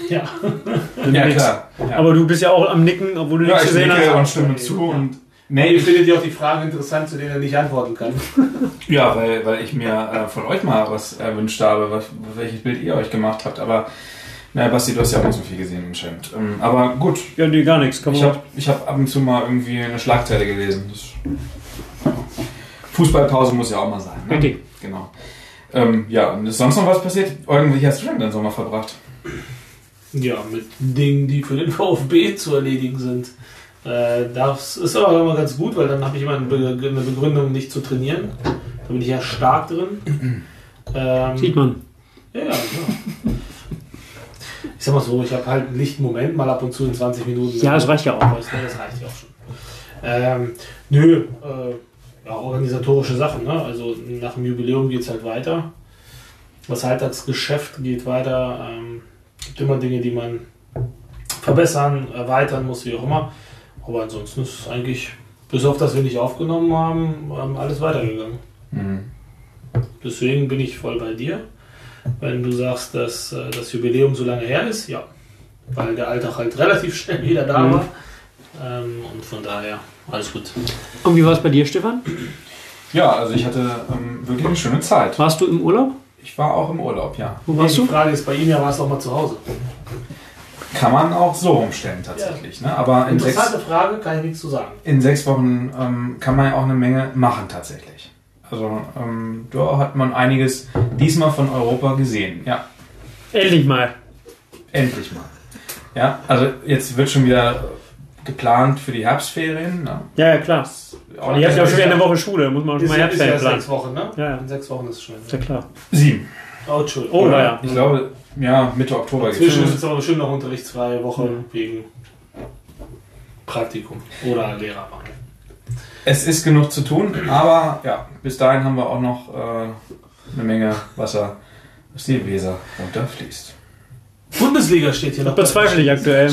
[SPEAKER 3] Ja.
[SPEAKER 2] Ja,
[SPEAKER 1] Nix.
[SPEAKER 2] klar. Ja.
[SPEAKER 1] Aber du bist ja auch am Nicken, obwohl du
[SPEAKER 2] Ja,
[SPEAKER 1] nichts
[SPEAKER 2] ich
[SPEAKER 1] gesehen
[SPEAKER 2] nicke und
[SPEAKER 1] hast.
[SPEAKER 2] stimme zu und.
[SPEAKER 3] Nee,
[SPEAKER 2] Nee,
[SPEAKER 3] ihr
[SPEAKER 2] ich,
[SPEAKER 3] findet ja auch die Fragen interessant, zu denen er nicht antworten kann.
[SPEAKER 2] ja, weil, weil ich mir äh, von euch mal was erwünscht habe, was, welches Bild ihr euch gemacht habt. Aber, naja, Basti, du hast ja auch nicht so viel gesehen anscheinend. Ähm, aber gut,
[SPEAKER 1] Ja, nee, gar nichts. Kann
[SPEAKER 2] ich
[SPEAKER 1] man auch.
[SPEAKER 2] habe ich hab ab und zu mal irgendwie eine Schlagzeile gelesen. Das, Fußballpause muss ja auch mal sein. Ne?
[SPEAKER 1] Richtig.
[SPEAKER 2] Genau. Ähm, ja, und ist sonst noch was passiert? Eugen, wie hast du denn deinen Sommer verbracht?
[SPEAKER 3] Ja, mit Dingen, die für den VfB zu erledigen sind. Äh, das ist aber immer ganz gut, weil dann habe ich immer eine Be- eine Begründung, nicht zu trainieren. Da bin ich ja stark drin. Ähm,
[SPEAKER 1] Sieht man.
[SPEAKER 3] Ja, ja. Ich sag mal so, ich habe halt einen lichten Moment, mal ab und zu in 20 Minuten.
[SPEAKER 1] Ja, es reicht ja auch.
[SPEAKER 3] Das, das reicht ja auch schon. Ähm, nö, äh, ja, organisatorische Sachen. Ne? Also nach dem Jubiläum geht es halt weiter. Das Alltagsgeschäft geht weiter. Ähm, gibt immer Dinge, die man verbessern, erweitern muss, wie auch immer. Aber ansonsten ist eigentlich, bis auf das wir nicht aufgenommen haben, ähm, alles weitergegangen.
[SPEAKER 2] Mhm.
[SPEAKER 3] Deswegen bin ich voll bei dir. Wenn du sagst, dass äh, das Jubiläum so lange her ist, ja. Weil der Alltag halt relativ schnell wieder da
[SPEAKER 1] Mhm.
[SPEAKER 3] war. Ähm, und von daher, alles gut.
[SPEAKER 1] Und wie war es bei dir, Stefan?
[SPEAKER 2] Ja, also ich hatte ähm, wirklich eine schöne Zeit.
[SPEAKER 1] Warst du im Urlaub?
[SPEAKER 2] Ich war auch im Urlaub, ja.
[SPEAKER 1] Wo warst
[SPEAKER 3] die
[SPEAKER 1] du?
[SPEAKER 3] Frage ist, bei ihm ja warst du auch mal zu Hause.
[SPEAKER 2] Kann man auch so rumstellen tatsächlich. Ne? Aber in sechs,
[SPEAKER 3] Interessante Frage, kann ich nichts zu sagen.
[SPEAKER 2] in sechs Wochen ähm, kann man ja auch eine Menge machen tatsächlich. Also ähm, da hat man einiges diesmal von Europa gesehen. Ja,
[SPEAKER 1] Endlich mal.
[SPEAKER 2] endlich mal. Ja, also jetzt wird schon wieder geplant für die Herbstferien. Ne?
[SPEAKER 1] Ja, ja, klar. Und ihr habt ja auch schon wieder eine Woche Schule, da muss man auch schon mal
[SPEAKER 3] ist ja
[SPEAKER 1] Herbstferien planen.
[SPEAKER 3] sechs Wochen, ne?
[SPEAKER 1] Ja, ja.
[SPEAKER 3] In sechs Wochen ist es schon.
[SPEAKER 1] Ist ja klar.
[SPEAKER 2] Sieben.
[SPEAKER 3] Oh, Entschuldigung.
[SPEAKER 1] Oh, ja.
[SPEAKER 2] Ich glaube, ja, Mitte Oktober geht's
[SPEAKER 3] Zwischen ist
[SPEAKER 2] los.
[SPEAKER 3] es aber bestimmt noch unterrichtsfreie Woche
[SPEAKER 1] Mhm.
[SPEAKER 3] wegen Praktikum oder Lehrermangel.
[SPEAKER 2] Es ist genug zu tun, aber ja, bis dahin haben wir auch noch äh, eine Menge Wasser, was die Weser runterfließt.
[SPEAKER 3] Bundesliga steht hier noch.
[SPEAKER 1] Bezweifle ich aktuell.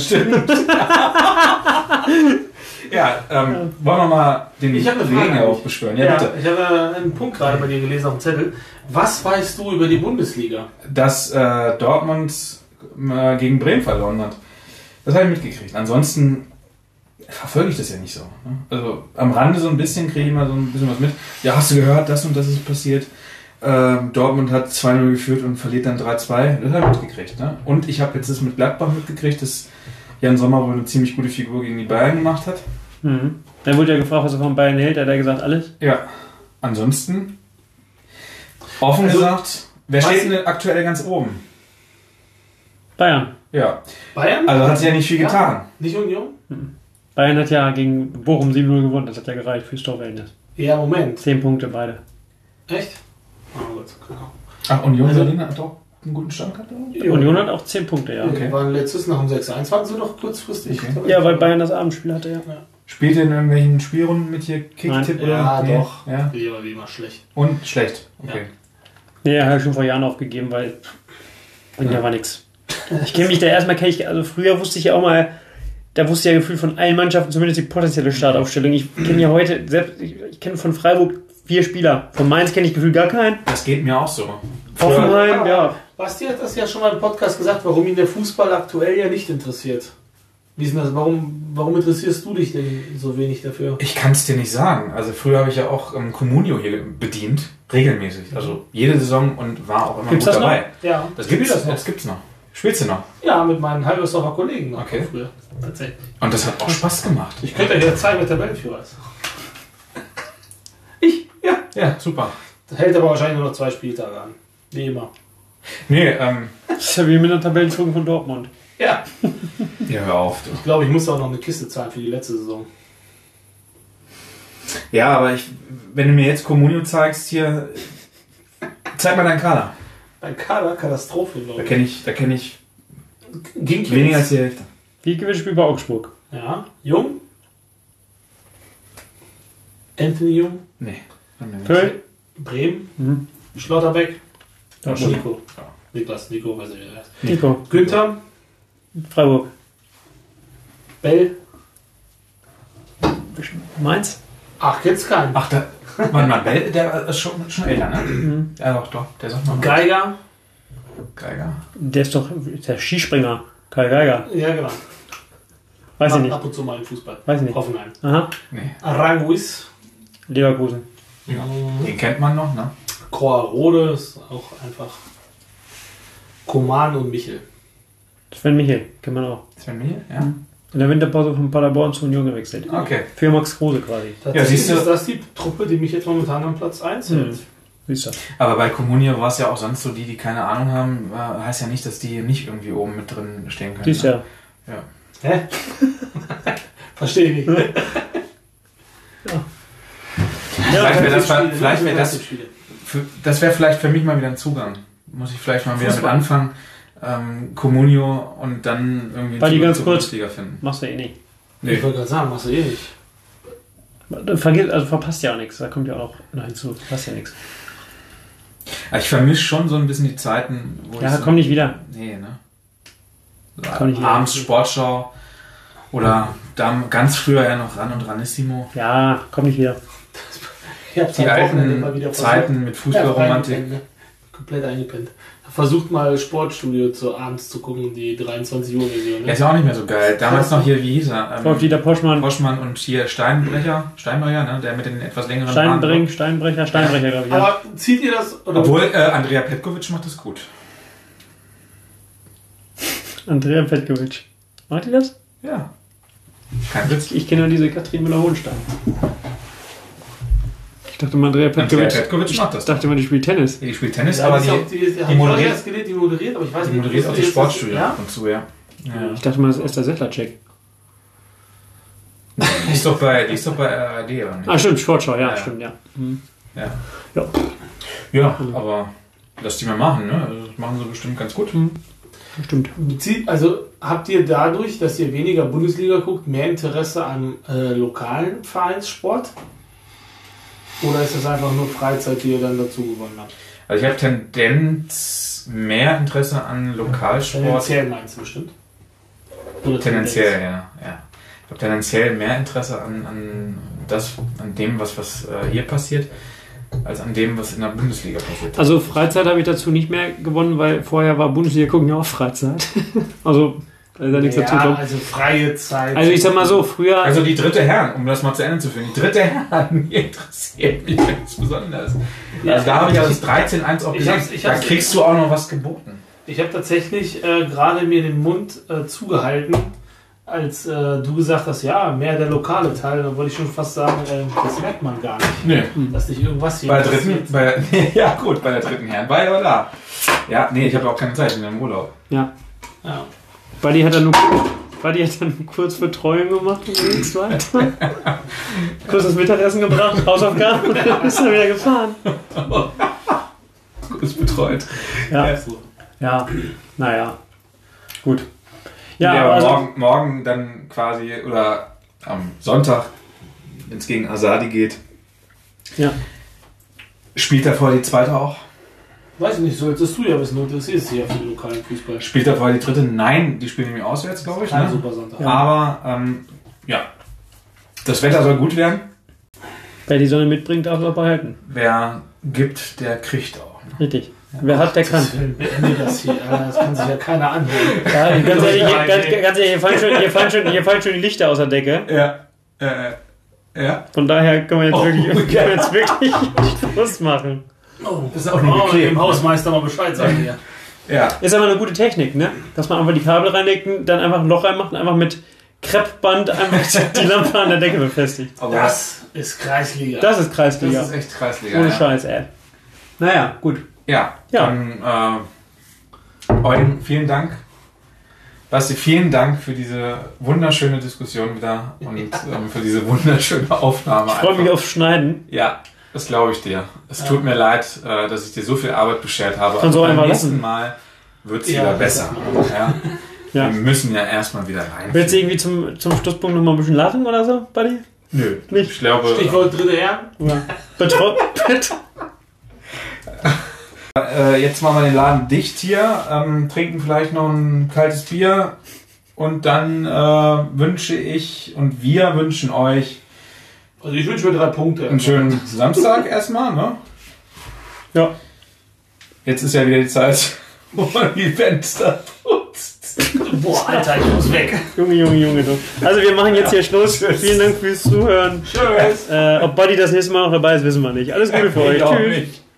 [SPEAKER 2] Ja, ähm, wollen wir mal den
[SPEAKER 3] Ich hab eine Frage
[SPEAKER 2] Regen
[SPEAKER 3] an dich.
[SPEAKER 2] aufbeschwören. Ja,
[SPEAKER 3] Ja,
[SPEAKER 2] bitte.
[SPEAKER 3] ich habe einen Punkt gerade bei dir gelesen auf dem Zettel. Was weißt du über die Bundesliga?
[SPEAKER 2] Dass äh, Dortmund äh, gegen Bremen verloren hat. Das habe ich mitgekriegt. Ansonsten verfolge ich das ja nicht so. Ne? Also am Rande so ein bisschen kriege ich mal so ein bisschen was mit. Ja, hast du gehört, das und das ist passiert. Ähm, Dortmund hat 2-0 geführt und verliert dann 3-2. Das habe ich mitgekriegt. Ne? Und ich habe jetzt das mit Gladbach mitgekriegt, dass Jan Sommer wohl eine ziemlich gute Figur gegen die Bayern gemacht hat.
[SPEAKER 1] Mhm. Dann wurde ja gefragt, was er von Bayern hält. Da hat er gesagt, alles.
[SPEAKER 2] Ja, ansonsten, offen
[SPEAKER 3] Also,
[SPEAKER 2] gesagt, wer
[SPEAKER 3] was-
[SPEAKER 2] steht denn aktuell ganz oben?
[SPEAKER 1] Bayern.
[SPEAKER 2] Ja,
[SPEAKER 3] Bayern?
[SPEAKER 2] also hat sich ja nicht viel
[SPEAKER 3] Ja.
[SPEAKER 2] getan.
[SPEAKER 3] Nicht Union?
[SPEAKER 1] Bayern hat ja gegen Bochum 7-0 gewonnen. Das hat ja gereicht fürs Torverhältnis.
[SPEAKER 3] Ja, Moment.
[SPEAKER 1] Zehn Punkte beide.
[SPEAKER 3] Echt? Oh Gott, genau.
[SPEAKER 2] Ach, Union
[SPEAKER 3] Also-
[SPEAKER 2] Berlin hat doch einen guten Stand gehabt. oder?
[SPEAKER 1] Union hat auch zehn Punkte, ja.
[SPEAKER 2] Okay.
[SPEAKER 3] Wir waren letztes um nach dem 6-1, waren sie doch kurzfristig.
[SPEAKER 2] Okay.
[SPEAKER 1] Ja, weil Bayern das Abendspiel hatte, ja.
[SPEAKER 2] Spielt ihr in irgendwelchen Spielrunden mit hier Kicktipp
[SPEAKER 3] Nein.
[SPEAKER 2] oder?
[SPEAKER 3] Ja, doch.
[SPEAKER 2] Ja.
[SPEAKER 3] Die war wie immer schlecht.
[SPEAKER 2] Und schlecht. Okay.
[SPEAKER 1] Nee, habe ich schon vor Jahren aufgegeben, weil bringt ja. war nichts. Ich kenne mich da erstmal, kenn ich, also früher wusste ich ja auch mal, da wusste ich ja gefühlt von allen Mannschaften zumindest die potenzielle Startaufstellung. Ich kenne ja heute, selbst ich, ich kenne von Freiburg vier Spieler. Von Mainz kenne ich gefühlt gar keinen.
[SPEAKER 2] Das geht mir auch so.
[SPEAKER 1] Hoffenheim, ja.
[SPEAKER 3] Basti hat das ja schon mal im Podcast gesagt, warum ihn der Fußball aktuell ja nicht interessiert. Wie ist denn das? Warum, warum interessierst du dich denn so wenig dafür?
[SPEAKER 2] Ich kann es dir nicht sagen. Also früher habe ich ja auch ähm, Comunio hier bedient, regelmäßig. Also jede Saison und war auch immer
[SPEAKER 1] Gibt's
[SPEAKER 2] gut
[SPEAKER 1] das noch?
[SPEAKER 2] dabei.
[SPEAKER 3] Ja,
[SPEAKER 2] Das
[SPEAKER 3] spiel
[SPEAKER 2] gibt's, das, das gibt's noch. Spielst du noch?
[SPEAKER 3] Ja, mit meinen Halbersdorfer Kollegen noch
[SPEAKER 2] Okay.
[SPEAKER 3] früher. Tatsächlich.
[SPEAKER 2] Und das hat auch Spaß gemacht.
[SPEAKER 3] Ich könnte euch ja zeigen, wer Tabellenführer ist. Ich? Ja.
[SPEAKER 2] Ja, super.
[SPEAKER 3] Das hält aber wahrscheinlich nur noch zwei Spieltage an. Wie immer.
[SPEAKER 2] Nee, ähm,
[SPEAKER 1] Das ist ja wie mit einer Tabellenführung von Dortmund.
[SPEAKER 3] Ja.
[SPEAKER 2] ja, hör auf. Du.
[SPEAKER 3] Ich glaube, ich muss auch noch eine Kiste zahlen für die letzte Saison.
[SPEAKER 2] Ja, aber ich, wenn du mir jetzt Comunio zeigst hier, zeig mal deinen Kader.
[SPEAKER 3] Ein Kader, Katastrophe,
[SPEAKER 2] Da
[SPEAKER 3] glaube ich.
[SPEAKER 2] kenne ich, da kenne ich
[SPEAKER 3] Ging
[SPEAKER 2] weniger als die Hälfte.
[SPEAKER 1] Wie Gewinnspiel bei Augsburg.
[SPEAKER 3] Ja. Jung? Anthony Jung?
[SPEAKER 2] Nee.
[SPEAKER 1] Köln?
[SPEAKER 3] Bremen?
[SPEAKER 1] Mhm.
[SPEAKER 3] Schlotterbeck?
[SPEAKER 1] Dortmund.
[SPEAKER 3] Nico.
[SPEAKER 2] Ja.
[SPEAKER 3] Niklas, Nico, weiß ich nicht, wie er heißt.
[SPEAKER 1] Nico.
[SPEAKER 3] Günther?
[SPEAKER 1] Freiburg.
[SPEAKER 3] Bell.
[SPEAKER 1] Mainz?
[SPEAKER 3] Ach, gibt's keinen.
[SPEAKER 2] Ach, da, warte mal, Bell, der ist schon, schon älter,
[SPEAKER 1] Mhm.
[SPEAKER 2] ne? Ja, doch, doch, der sagt mal
[SPEAKER 3] Geiger.
[SPEAKER 2] Geiger.
[SPEAKER 1] Der ist doch der Skispringer. Kai Geiger.
[SPEAKER 3] Ja, genau.
[SPEAKER 1] Weiß ich
[SPEAKER 3] Macht
[SPEAKER 1] nicht.
[SPEAKER 3] Ab und zu mal im Fußball.
[SPEAKER 1] Weiß ich nicht.
[SPEAKER 3] Hoffenheim.
[SPEAKER 1] Aha.
[SPEAKER 2] Nee,
[SPEAKER 3] Aranguis.
[SPEAKER 1] Leverkusen.
[SPEAKER 2] ja. den kennt man noch, ne?
[SPEAKER 3] Kroarode ist auch einfach. Koman und Michel.
[SPEAKER 1] Sven Michel. Kennt man auch.
[SPEAKER 2] Sven Miel? Ja.
[SPEAKER 1] In der Winterpause von Paderborn zu Union gewechselt.
[SPEAKER 2] Okay.
[SPEAKER 1] Für Max Kruse quasi.
[SPEAKER 3] Tatsächlich
[SPEAKER 2] siehst du- Hm.
[SPEAKER 3] ist das die Truppe, die mich jetzt momentan am Platz 1 hält.
[SPEAKER 1] Siehst du.
[SPEAKER 2] Aber bei Comunio war es ja auch sonst so, die, die keine Ahnung haben, äh, heißt ja nicht, dass die nicht irgendwie oben mit drin stehen können.
[SPEAKER 1] Siehst
[SPEAKER 2] ne?
[SPEAKER 1] du.
[SPEAKER 3] Hä? Verstehe ich nicht.
[SPEAKER 2] Vielleicht wäre das,
[SPEAKER 3] Spiele,
[SPEAKER 2] vielleicht wäre das,
[SPEAKER 3] Spiele.
[SPEAKER 2] für, das wäre vielleicht für mich mal wieder ein Zugang. Muss ich vielleicht mal wieder mit
[SPEAKER 3] Fußball.
[SPEAKER 2] anfangen. Ähm, Comunio und dann irgendwie einen
[SPEAKER 1] Warte,
[SPEAKER 2] Zugang
[SPEAKER 1] ganz
[SPEAKER 2] zur
[SPEAKER 1] kurz.
[SPEAKER 2] Bundesliga finden.
[SPEAKER 1] Machst du eh nicht.
[SPEAKER 3] Ich wollte gerade sagen, machst du eh nicht.
[SPEAKER 1] Vergiss, also verpasst ja auch nichts. Da kommt ja auch noch hinzu. Verpasst ja nichts.
[SPEAKER 2] Aber Also Ich vermische schon so ein bisschen die Zeiten, wo ich
[SPEAKER 1] Ja,
[SPEAKER 2] so,
[SPEAKER 1] komm nicht wieder.
[SPEAKER 2] Nee, ne?
[SPEAKER 1] Komm nicht wieder.
[SPEAKER 2] Abends Sportschau oder dann ganz früher ja noch Ran und Ranissimo.
[SPEAKER 1] Ja, komm nicht wieder.
[SPEAKER 3] Ich hab's halt
[SPEAKER 2] Die
[SPEAKER 3] am Wochenende
[SPEAKER 2] alten
[SPEAKER 3] mal wieder versucht.
[SPEAKER 2] Zeiten mit
[SPEAKER 3] Ja,
[SPEAKER 2] Fußballromantik.
[SPEAKER 3] eingepennt, ne? Komplett eingepennt. Versucht mal Sportstudio zu abends zu gucken, die 23 Uhr Version.
[SPEAKER 2] Ja,
[SPEAKER 3] Ne?
[SPEAKER 2] ist ja auch nicht mehr so geil. Damals noch hier, wie hieß er?
[SPEAKER 1] Auf Dieter Poschmann.
[SPEAKER 2] Froschmann und hier Steinbrecher. Steinbrecher, ne? Der mit den etwas längeren
[SPEAKER 1] Steinbrink, Steinbrecher, Steinbrecher, glaube ich. Ja.
[SPEAKER 3] Aber zieht ihr das? Oder
[SPEAKER 2] Obwohl, äh, Andrea Petkovic macht das gut.
[SPEAKER 1] Andrea Petkovic. Macht die das?
[SPEAKER 2] Ja. Kein Witz.
[SPEAKER 1] Ich kenne nur diese Katrin Müller-Hohenstein. Ich dachte mal, Andrea
[SPEAKER 2] Andrea
[SPEAKER 1] Petkovic.
[SPEAKER 2] Petkovic macht das.
[SPEAKER 1] Ich dachte mal, die spielt Tennis.
[SPEAKER 2] Die spielt Tennis,
[SPEAKER 3] Ja,
[SPEAKER 2] aber
[SPEAKER 3] die,
[SPEAKER 2] die,
[SPEAKER 3] ist auch- die, ist- hab ich
[SPEAKER 2] moderiert-
[SPEAKER 3] vorher erst gelesen, die moderiert, aber ich weiß
[SPEAKER 2] die
[SPEAKER 3] nicht.
[SPEAKER 2] moderiert auch die
[SPEAKER 3] ist das-
[SPEAKER 2] Sportstudio ab
[SPEAKER 3] Ja?
[SPEAKER 2] und zu, ja. ja.
[SPEAKER 1] Ich dachte mal, das ist Esther Settlercheck.
[SPEAKER 2] Die ist doch bei, die ist doch bei äh, ARD, oder nicht?
[SPEAKER 1] Ah, stimmt, Sportschau, ja,
[SPEAKER 2] Ja.
[SPEAKER 1] stimmt, ja.
[SPEAKER 2] Ja, aber lass die mal machen, ne? Also, Das machen sie bestimmt ganz gut.
[SPEAKER 1] Stimmt.
[SPEAKER 3] Bezieht, also habt ihr dadurch, dass ihr weniger Bundesliga guckt, mehr Interesse an äh, lokalen Vereinssport? Oder ist das einfach nur Freizeit, die ihr dann dazu gewonnen habt?
[SPEAKER 1] Äh,
[SPEAKER 2] Also ich habe Tendenz mehr Interesse an Lokalsport.
[SPEAKER 3] Tendenziell meinst du bestimmt? Oder
[SPEAKER 2] Tendenziell, ja. ja. Ich habe tendenziell mehr Interesse an, an das, an dem, was, was äh, hier passiert, als an dem, was in der Bundesliga passiert.
[SPEAKER 1] Also Freizeit habe ich dazu nicht mehr gewonnen, weil vorher war Bundesliga gucken ja auch Freizeit. also, da ist ja nichts dazu
[SPEAKER 3] ja,
[SPEAKER 1] gekommen.
[SPEAKER 3] also freie Zeit.
[SPEAKER 1] Also ich sag mal so, früher.
[SPEAKER 2] Also die dritte Herren, um das mal zu Ende zu führen, die dritte Herren, die interessiert mich ganz besonders.
[SPEAKER 3] Ja.
[SPEAKER 2] also da habe ich ja das 13-1 auch
[SPEAKER 3] Ich
[SPEAKER 2] gesagt,
[SPEAKER 3] hab's- ich
[SPEAKER 2] da
[SPEAKER 3] hab's-
[SPEAKER 2] kriegst du auch noch was geboten.
[SPEAKER 3] Ich habe tatsächlich äh, gerade mir den Mund äh, zugehalten, als äh, du gesagt hast, ja, mehr der lokale Teil. Da wollte ich schon fast sagen, äh, das merkt man gar nicht,
[SPEAKER 2] Nee.
[SPEAKER 1] Hm.
[SPEAKER 3] dass dich irgendwas hier
[SPEAKER 2] Bei der
[SPEAKER 3] interessiert.
[SPEAKER 2] dritten, bei, ja gut, bei der dritten Herren war ja da. Ja, nee, ich habe auch keine Zeit, ich bin im Urlaub.
[SPEAKER 1] Ja.
[SPEAKER 3] Ja.
[SPEAKER 1] Buddy hat dann nur, Buddy hat dann kurz Betreuung gemacht um und dann nichts weiter. kurz das Mittagessen gebracht, Hausaufgaben und dann ist er wieder gefahren.
[SPEAKER 2] Ist betreut.
[SPEAKER 1] Ja, ja, naja. Gut. Ja, aber
[SPEAKER 2] Ja, aber
[SPEAKER 1] also,
[SPEAKER 2] morgen, morgen dann quasi oder am Sonntag, wenn es gegen Asadi geht,
[SPEAKER 1] ja.
[SPEAKER 2] spielt davor die zweite auch?
[SPEAKER 3] Weiß ich nicht, so hättest du ja wissen, du interessierst dich ja für den lokalen Fußball.
[SPEAKER 2] Spielt davor die dritte? Nein, die spielen nämlich auswärts, glaube ich.
[SPEAKER 3] Kein
[SPEAKER 2] Ne?
[SPEAKER 3] super Sonntag.
[SPEAKER 2] Aber ähm, ja, das Wetter soll gut werden.
[SPEAKER 1] Wer die Sonne mitbringt, darf er behalten.
[SPEAKER 2] Wer gibt, der kriegt auch. Ne?
[SPEAKER 1] Richtig. Wer hat, der kann.
[SPEAKER 3] Das, beende das, hier, Alter, das kann sich ja keiner anhören.
[SPEAKER 1] Ja, ganz ehrlich,
[SPEAKER 3] Ja,
[SPEAKER 1] hier, ganz,
[SPEAKER 3] okay.
[SPEAKER 1] ganz ehrlich, hier, fallen schon, hier, fallen schon, hier fallen schon die Lichter aus der Decke.
[SPEAKER 2] Ja, äh, ja.
[SPEAKER 1] Von daher können wir jetzt
[SPEAKER 2] Oh,
[SPEAKER 1] wirklich,
[SPEAKER 2] ja.
[SPEAKER 1] können wir jetzt wirklich Schluss machen.
[SPEAKER 3] Oh,
[SPEAKER 2] Das ist auch nur
[SPEAKER 3] oh,
[SPEAKER 2] geklebt. ne?
[SPEAKER 3] dem Hausmeister mal Bescheid sagen. Ja.
[SPEAKER 2] Ja,
[SPEAKER 1] Ist aber eine gute Technik, ne? Dass man einfach die Kabel reinlegt, dann einfach ein Loch reinmacht und einfach mit Kreppband einfach die Lampe an der Decke befestigt.
[SPEAKER 2] aber Also das,
[SPEAKER 3] Das ist Kreisliga.
[SPEAKER 1] Das ist
[SPEAKER 2] das
[SPEAKER 1] Kreisliga.
[SPEAKER 2] ist echt Kreisliga.
[SPEAKER 1] Ohne
[SPEAKER 2] ja.
[SPEAKER 1] Scheiß, ey. Naja, gut.
[SPEAKER 2] Ja,
[SPEAKER 1] Ja.
[SPEAKER 2] dann äh, Eugen, vielen Dank. Basti, vielen Dank für diese wunderschöne Diskussion wieder und ähm, für diese wunderschöne Aufnahme.
[SPEAKER 1] Ich freue mich
[SPEAKER 2] einfach.
[SPEAKER 1] aufs Schneiden.
[SPEAKER 2] Ja, das glaube ich dir. Es tut mir leid, äh, dass ich dir so viel Arbeit beschert habe.
[SPEAKER 1] Kannst du
[SPEAKER 2] Aber
[SPEAKER 1] einfach
[SPEAKER 2] beim nächsten
[SPEAKER 1] lassen.
[SPEAKER 2] Mal wird es
[SPEAKER 3] Ja,
[SPEAKER 2] wieder
[SPEAKER 3] das
[SPEAKER 2] besser. Ja.
[SPEAKER 1] Ja.
[SPEAKER 2] Wir müssen ja erstmal wieder rein.
[SPEAKER 1] Willst du irgendwie zum, zum Schlusspunkt nochmal ein bisschen lachen oder so, Buddy?
[SPEAKER 2] Nö,
[SPEAKER 1] Nicht?
[SPEAKER 2] ich glaube.
[SPEAKER 3] Stichwort dritte Herren.
[SPEAKER 1] Ja. Betro Bet
[SPEAKER 2] Äh, jetzt machen wir den Laden dicht hier, ähm, trinken vielleicht noch ein kaltes Bier und dann äh, wünsche ich und wir wünschen euch
[SPEAKER 3] Also ich wünsche mir drei Punkte.
[SPEAKER 2] einen schönen Samstag erstmal. Ne?
[SPEAKER 1] Ja.
[SPEAKER 2] Jetzt ist ja wieder die Zeit, wo man die Fenster putzt.
[SPEAKER 3] Boah, Alter, ich muss weg.
[SPEAKER 1] Junge, Junge, Junge. Du. Also wir machen jetzt hier Schluss. Vielen Dank fürs Zuhören.
[SPEAKER 3] Tschüss.
[SPEAKER 1] Äh, ob Buddy das nächste Mal noch dabei ist, wissen wir nicht. Alles Gute für euch.
[SPEAKER 2] Ich auch
[SPEAKER 1] Tschüss.
[SPEAKER 2] nicht.